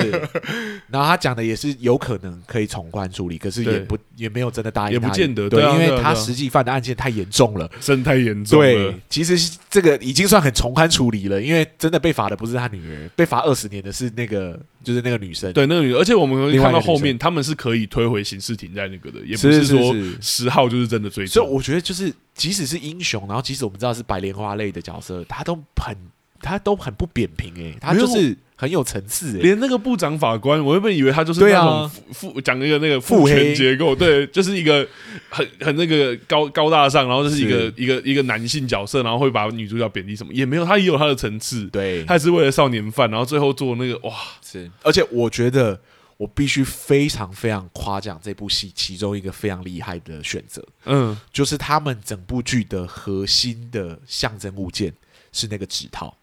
A: 然后他讲的也是有可能可以从宽处理，可是也
B: 对
A: 不也没有真的答应他，
B: 也不见得
A: 对，
B: 对啊
A: 因
B: 对
A: 为
B: 啊
A: 他
B: 对啊
A: 实际犯的案件太严重了。
B: 真的太严重了
A: 对，，其实是这个已经算很从宽处理了，因为真的被罚的不是他女儿，被罚二十年的是那个就是那个女生。
B: 对，那个女的，而且我们
A: 另外一
B: 看
A: 个
B: 到
A: 女生
B: 后面，他们是可以推回刑事庭在那个的，也不
A: 是是
B: 说
A: 是
B: 十号就是真的追
A: 所以
B: 踪。
A: 我觉得就是即使是英雄，然后即使我们知道是白莲花类的角色，他都很他都很不扁平诶、他
B: 没
A: 就
B: 有
A: 是很有层次欸诶、
B: 连那个部长法官，我原本以为他就是
A: 对
B: 那
A: 啊
B: 种父父讲那个那个
A: 腹
B: 父
A: 黑
B: 权结构，对，就是一个很很那个高高大上，然后就是一个
A: 是
B: 一个一个男性角色，然后会把女主角贬低什么，也没有，他也有他的层次，
A: 对，
B: 他也是为了少年犯，然后最后做那个哇，
A: 是，而且我觉得我必须非常非常夸奖这部戏其中一个非常厉害的选择，
B: 嗯，
A: 就是他们整部剧的核心的象征物件是那个指套。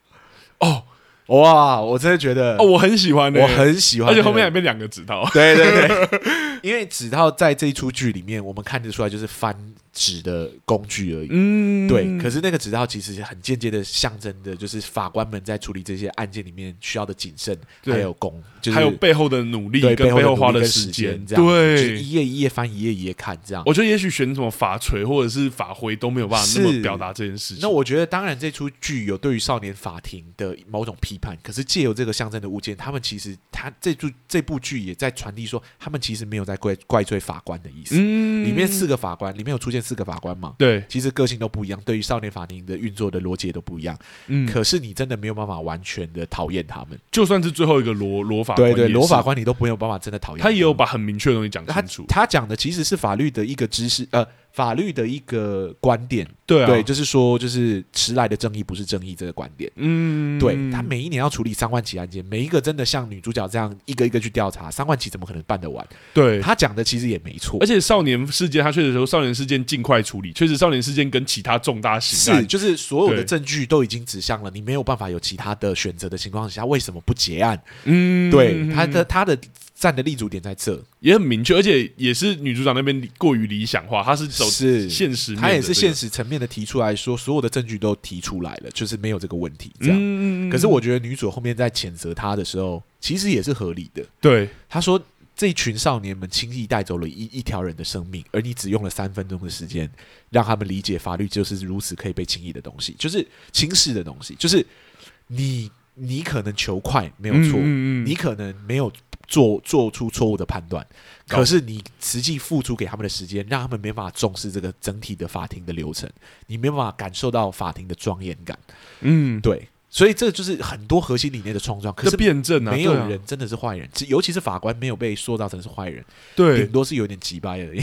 B: 哦
A: 哇，我真的觉得
B: 哦，我很喜欢、欸，
A: 我很喜欢
B: 而
A: 那个、
B: 且后面还变两个指套，
A: 对对 对，因为指套在这一出剧里面，我们看得出来就是翻纸的工具而已。
B: 嗯，
A: 对，可是那个指套其实很间接的象征的，就是法官们在处理这些案件里面需要的谨慎，
B: 对
A: 还有公，就是
B: 还有背后的努力
A: 对
B: 跟
A: 背后
B: 后花
A: 的努力跟
B: 时
A: 间，这样子就是
B: 对
A: 一。页一页翻，一页一页看这样。
B: 我觉得也许选什么法锤或者是法徽都没有办法那
A: 是
B: 么表达这件事情。
A: 那我觉得，当然这出剧有对于少年法庭的某种批判，可是借由这个象征的物件，他们其实他这部这部剧也在传递说，他们其实没有在怪怪罪法官的意思。
B: 嗯
A: 里面四个法官，里面有出现四个法官嘛？
B: 对，
A: 其实个性都不一样，对于少年法庭的运作的逻辑也都不一样。
B: 嗯，
A: 可是你真的没有办法完全的讨厌他们。
B: 就算是最后一个罗罗法官
A: 对
B: 也
A: 对，
B: 是，
A: 罗法官你都没有办法真的讨厌
B: 他也有
A: 们
B: 把很明确的东西讲
A: 他
B: 清楚。
A: 他讲的其实是法律的一个知识，呃，法律的一个观点，
B: 对啊，
A: 就是说，就是迟来的正义不是正义这个观点。
B: 嗯，
A: 对他每一年要处理三万起案件，每一个真的像女主角这样一个一个去调查，三万起怎么可能办得完？
B: 对。
A: 他讲的其实也没错
B: 而，且少年事件，他确实说少年事件尽快处理，确实少年事件跟其他重大刑
A: 是
B: 案，
A: 就是所有的
B: 哎对
A: 证据都已经指向了，你没有办法有其他的选择的情况下，为什么不结案？
B: 嗯，
A: 对他的他的站的立足点在这，
B: 也很明确，而且也是女主角那边理过于理想化，她是走
A: 是
B: 现实面的这个，
A: 他也是现实层面的提出来说，所有的证据都提出来了，就是没有这个问题这样。
B: 嗯，
A: 可是我觉得女主后面在谴责他的时候，其实也是合理的。
B: 对
A: 她说：“这群少年们轻易带走了一一条人的生命，而你只用了三分钟的时间，让他们理解法律就是如此可以被轻易的东西，就是轻视的东西，就是你你可能求快没有错，
B: 嗯嗯嗯
A: 你可能没有做做出错误的判断，
B: 懂
A: 可是你实际付出给他们的时间，让他们没办法重视这个整体的法庭的流程，你没办法感受到法庭的庄严感。”
B: 嗯，
A: 对，所以这就是很多核心理念的冲撞。可
B: 这
A: 是
B: 辩证啊，
A: 没有
B: 对啊
A: 人真的是坏人，只尤其是法官没有被塑造成是坏人，
B: 对
A: 顶，多是有点急掰 而已。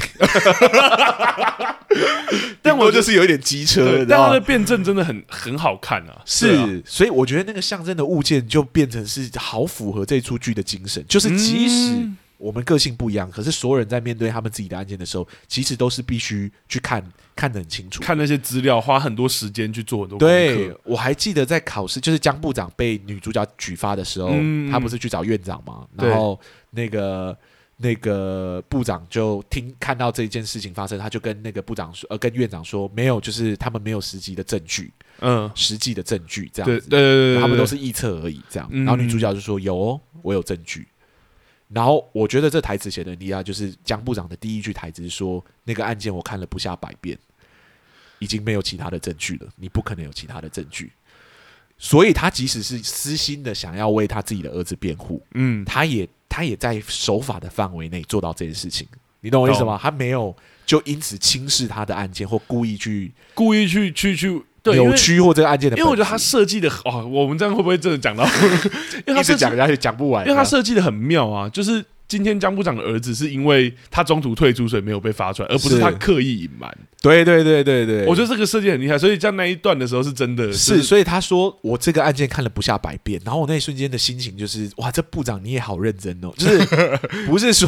B: 但我觉得
A: 是有一点机
B: 对
A: 你知
B: 但
A: 道
B: 他的
A: 吗
B: 辩证真的很很好看啊，对啊
A: 啊是，所以我觉得那个象征的物件就变成是好符合这出剧的精神，就是即使
B: 嗯
A: 我们个性不一样，可是所有人在面对他们自己的案件的时候，其实都是必须去看看得很清楚。
B: 看那些资料，花很多时间去做很多功
A: 对
B: 课，，
A: 我还记得在考试，就是江部长被女主角举发的时候，
B: 嗯
A: 他不是去找院长吗？
B: 对
A: 然后那个那个部长就听看到这件事情发生，他就跟那个部长说，呃，跟院长说，没有，就是他们没有实际的证据，
B: 嗯，
A: 实际的证据这样
B: 对对对
A: 子，
B: 对，对
A: 他们都是臆测而已，这样。
B: 嗯
A: 然后女主角就说：“有、哦，我有证据。”然后我觉得这台词写的很厉害，就是江部长的第一句台词是说：“那个案件我看了不下百遍，已经没有其他的证据了，你不可能有其他的证据。”所以他即使是私心的想要为他自己的儿子辩护，
B: 嗯，
A: 他也他也在守法的范围内做到这件事情。你懂我意思吗？他没有就因此轻视他的案件，或故意去
B: 故意去去去对因
A: 扭
B: 为
A: 曲或这个案件的本
B: 因
A: 质。
B: 为我觉得他设计的 哦，我们这样会不会真的讲到？因为他
A: 一直
B: 设计
A: 讲，下去讲不完，
B: 因为他
A: 这样
B: 设计的很妙啊，就是今天江部长的儿子是因为他中途退出，所以没有被发出来，而不是
A: 是
B: 他刻意隐瞒。
A: 对对对对对，
B: 我觉得这个设计很厉害，所以在那一段的时候是真的
A: 是，
B: 就
A: 所以他说我这个案件看了不下百遍，然后我那一瞬间的心情就是，哇，这部长你也好认真哦，就是 不是说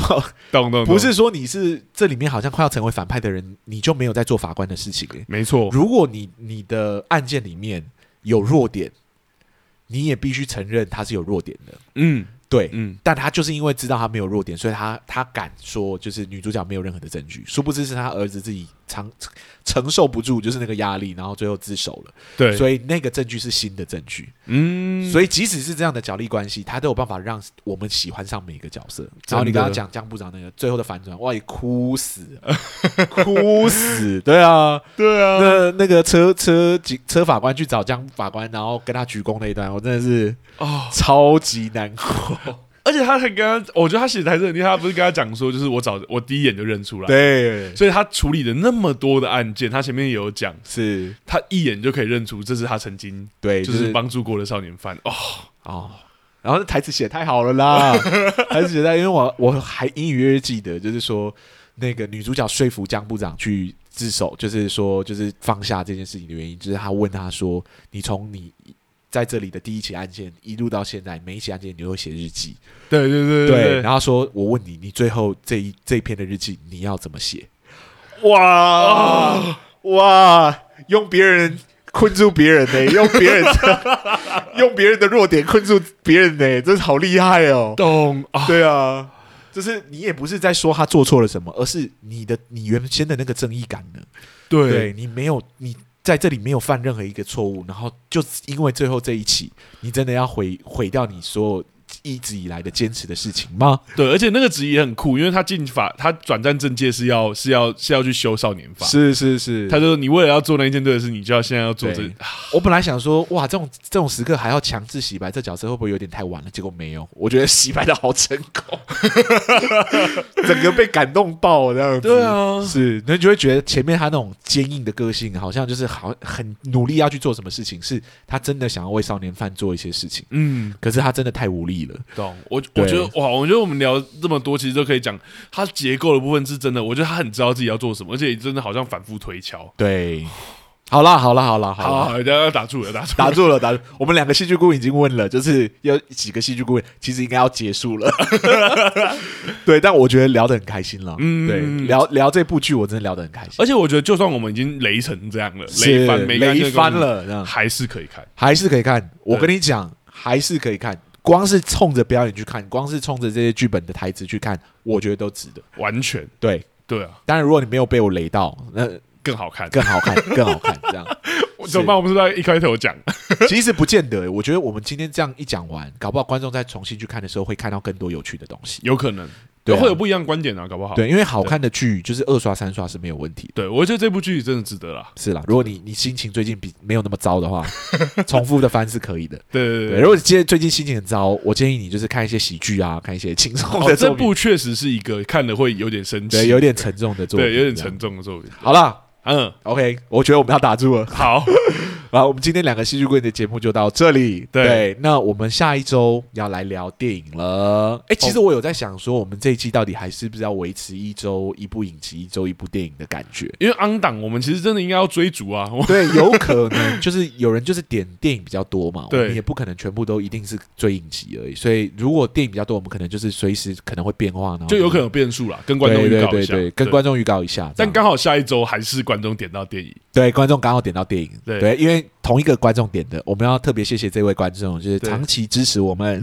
B: 懂懂，懂
A: 不是说你是这里面好像快要成为反派的人，你就没有在做法官的事情、欸。
B: 没错，
A: 如果你你的案件里面有弱点，你也必须承认他是有弱点的，
B: 嗯
A: 对。
B: 嗯，
A: 但他就是因为知道他没有弱点，所以他他敢说，就是女主角没有任何的证据，殊不知是他儿子自己承承受不住，就是那个压力，然后最后自首了。
B: 对，
A: 所以那个证据是新的证据，
B: 嗯，
A: 所以即使是这样的角力关系，他都有办法让我们喜欢上每一个角色。然后你刚刚讲江部长那个最后的反转，哇，也哭死 了，哭死，对啊，
B: 对啊，
A: 那那个车车警车法官去找江法官，然后跟他鞠躬那一段，我真的是
B: 哦，
A: 超级难过。
B: 而且他还跟他，我觉得他写的还是很厉害，他不是跟他讲说，就是我早我第一眼就认出来，
A: 对，
B: 所以他处理的那么多的案件，他前面也有讲，
A: 是，
B: 他一眼就可以认出这是他曾经
A: 对，
B: 就
A: 就是是
B: 帮助过的少年犯哦，
A: 哦。然后那台词写得太好了啦，台词写得太，因为我我还隐隐约约记得，就是说那个女主角说服江部长去自首，就是说就是放下这件事情的原因，就是她问他说，你从你在这里的第一起案件一路到现在，每一起案件你都会写日记，
B: 对对
A: 然后说我问你，你最后这一这一篇的日记你要怎么写？
B: 哇
A: 哇，用别人困住别人呢、 用别人的 用别人的弱点困住别人呢、真是好厉害 哦！
B: 懂啊，
A: 对啊，就是你也不是在说他做错了什么，而是你的你原先的那个正义感呢？
B: 对
A: 你没有你在这里没有犯任何一个错误，然后就是因为最后这一起，你真的要毁毁掉你所有一直以来的坚持的事情吗？
B: 对，而且那个职也很酷，因为他进法，他转战政界是要是要是要去修少年法，
A: 是是是
B: 他就说你为了要做那一件对的事，你就要现在要做这啊
A: 对我本来想说，哇，这种这种时刻还要强制洗白，这角色会不会有点太晚了？结果没有，我觉得洗白的好成功， 整个被感动爆这样子。
B: 对啊
A: 是，那你就会觉得前面他那种坚硬的个性，好像就是好很努力要去做什么事情，是他真的想要为少年犯做一些事情，
B: 嗯，
A: 可是他真的太无力了。
B: 懂。我
A: 对
B: 我觉得哇，我觉得我们聊这么多，其实都可以讲它结构的部分是真的，我觉得他很知道自己要做什么，而且真的好像反复推敲。
A: 对，好啦，好啦，好啦，好啊
B: 好
A: 啦。
B: 好，大家打住了， 打住了。
A: 打住了，打住！我们两个戏剧顾问已经问了，就是有几个戏剧顾问，其实应该要结束了。 对，但我觉得聊得很开心了。
B: 嗯
A: 对，聊聊这部剧，我真的聊得很开心。
B: 而且我觉得，就算我们已经雷成这样了，
A: 是
B: 雷翻每个案件
A: 雷
B: 都
A: 翻，了，这样
B: 还是可以看。
A: 还是可以看。我跟你讲，还是可以看。光是冲着表演去看，光是冲着这些剧本的台词去看，我觉得都值得。
B: 完全
A: 对，
B: 对啊，
A: 当然如果你没有被我雷到，那
B: 更好看。
A: 更好 看，更好看。这样
B: 我怎么办？我们是不是在一开头讲？
A: 其实不见得。我觉得我们今天这样一讲完，搞不好观众在重新去看的时候，会看到更多有趣的东西。
B: 有可能，
A: 对啊
B: 会有不一样的观点啊，搞不好。
A: 对，因为好看的剧就是二刷三刷是没有问题的。
B: 对，我觉得这部剧真的值得啦。
A: 是啦，如果你你心情最近比没有那么糟的 话，重复的翻是可以的。
B: 对对
A: 对，如果你今天最近心情很糟，我建议你就是看一些喜剧啊，看一些轻松
B: 哦
A: 的
B: 这
A: 作品，
B: 部确实是一个看了会有点生气，
A: 对，有点沉重的作品，
B: 对有点
A: 这样
B: 沉。重的作品。
A: 好啦
B: 嗯，
A: o k 我觉得我们要打住了。
B: 好，
A: 好，我们今天两个戏剧棍的节目就到这里。
B: 对
A: 那我们下一周要来聊电影了。
B: 哦
A: 哎，其实我有在想说，我们这一季到底还是不是要维持一周一部影集、一周一部电影的感觉？
B: 因为昂档，我们其实真的应该要追逐啊。我
A: 对，有可能 就是有人就是点电影比较多嘛，我
B: 对
A: 们也不可能全部都一定是追影集而已。所以如果电影比较多，我们可能就是随时可能会变化，然后
B: 就有可能有变数啦，跟观众
A: 对
B: 预
A: 对
B: 告一
A: 对
B: 下，
A: 对，跟观众预告一下。这
B: 但
A: 样
B: 刚好下一周还是观众点到电影，
A: 对观众刚好点到电影，
B: 对
A: 对，因为同一个观众点的，我们要特别谢谢这位观众，就是
B: 对
A: 长期支持我 们，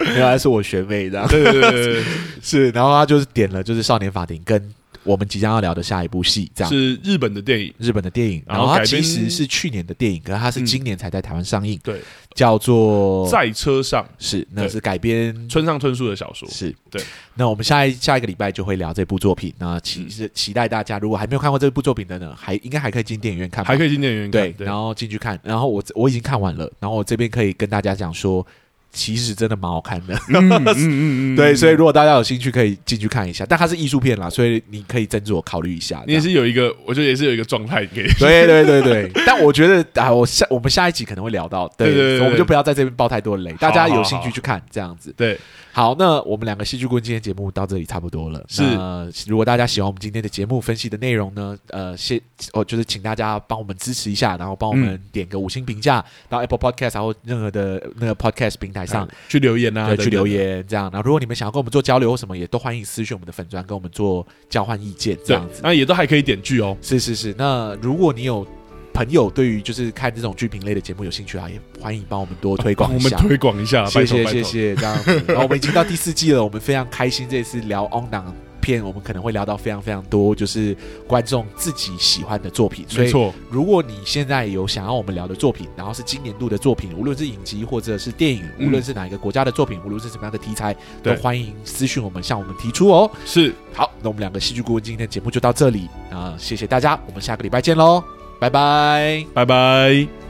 A: 原来是我学妹这样
B: 对对对对对，
A: 是，然后他就是点了就是《少年法庭》跟我们即将要聊的下一部戏这样。
B: 是日本的电影，
A: 日本的电影，
B: 然
A: 然
B: 后
A: 后它
B: 改
A: 其
B: 编
A: 实是去年的电影，可是它是
B: 嗯
A: 今年才在台湾上映，
B: 对，
A: 叫做
B: 在车上，
A: 是，那
B: 对
A: 是改编
B: 村上春树的小说，
A: 是
B: 对。
A: 那我们下一下一个礼拜就会聊这部作品，那期
B: 嗯
A: 是期待大家如果还没有看过这部作品的呢，还应该还可以进电影院看吧，
B: 还可以进电影院看，
A: 对，然后进去看，然后我我已经看完了，然后我这边可以跟大家讲说。其实真的蛮好看的。
B: 嗯嗯嗯 嗯
A: 对，所以如果大家有兴趣，可以进去看一下。但它是艺术片啦，所以你可以斟酌考虑一下。
B: 你也是有一个，我觉得也是有一个状态可以。
A: 这样对对对对，但我觉得啊，我下我们下一集可能会聊到，对，
B: 对对对
A: 所以我们就不要在这边爆太多雷，大家有兴
B: 好
A: 趣去看这样子。
B: 对，
A: 好，那我们两个戏剧棍今天节目到这里差不多了。
B: 是
A: 那如果大家喜欢我们今天的节目分析的内容呢，呃，先哦，就是请大家帮我们支持一下，然后帮我们点个五星评价、到 Apple Podcast 然后任何的那个 Podcast 平台上、
B: 去留言啊，
A: 对去
B: 等等
A: 留。言这样。然后如果你们想要跟我们做交流或什么，也都欢迎私讯我们的粉砖跟我们做交换意见这
B: 对
A: 样，子。
B: 那也都还可以点剧哦。
A: 是是是，那如果你有。朋友对于就是看这种剧评类的节目有兴趣啊，也欢迎帮我们多推广一
B: 帮我们
A: 下。
B: 推广一下，
A: 谢
B: 拜托
A: 谢
B: 拜
A: 谢
B: 托。
A: 谢，这样子。然后我们已经到第四季了，我们非常开心。这次聊 On 档片，我们可能会聊到非常非常多，就是观众自己喜欢的作品。所
B: 没
A: 以，
B: 错，
A: 如果你现在有想要我们聊的作品，然后是今年度的作品，无论是影集或者是电影，
B: 嗯
A: 无论是哪一个国家的作品，无论是什么样的题材，都
B: 对
A: 欢迎私讯我们，向我们提出哦。
B: 是，
A: 好，那我们两个戏剧顾问今天的节目就到这里啊、谢谢大家，我们下个礼拜见喽，拜拜。
B: 拜拜。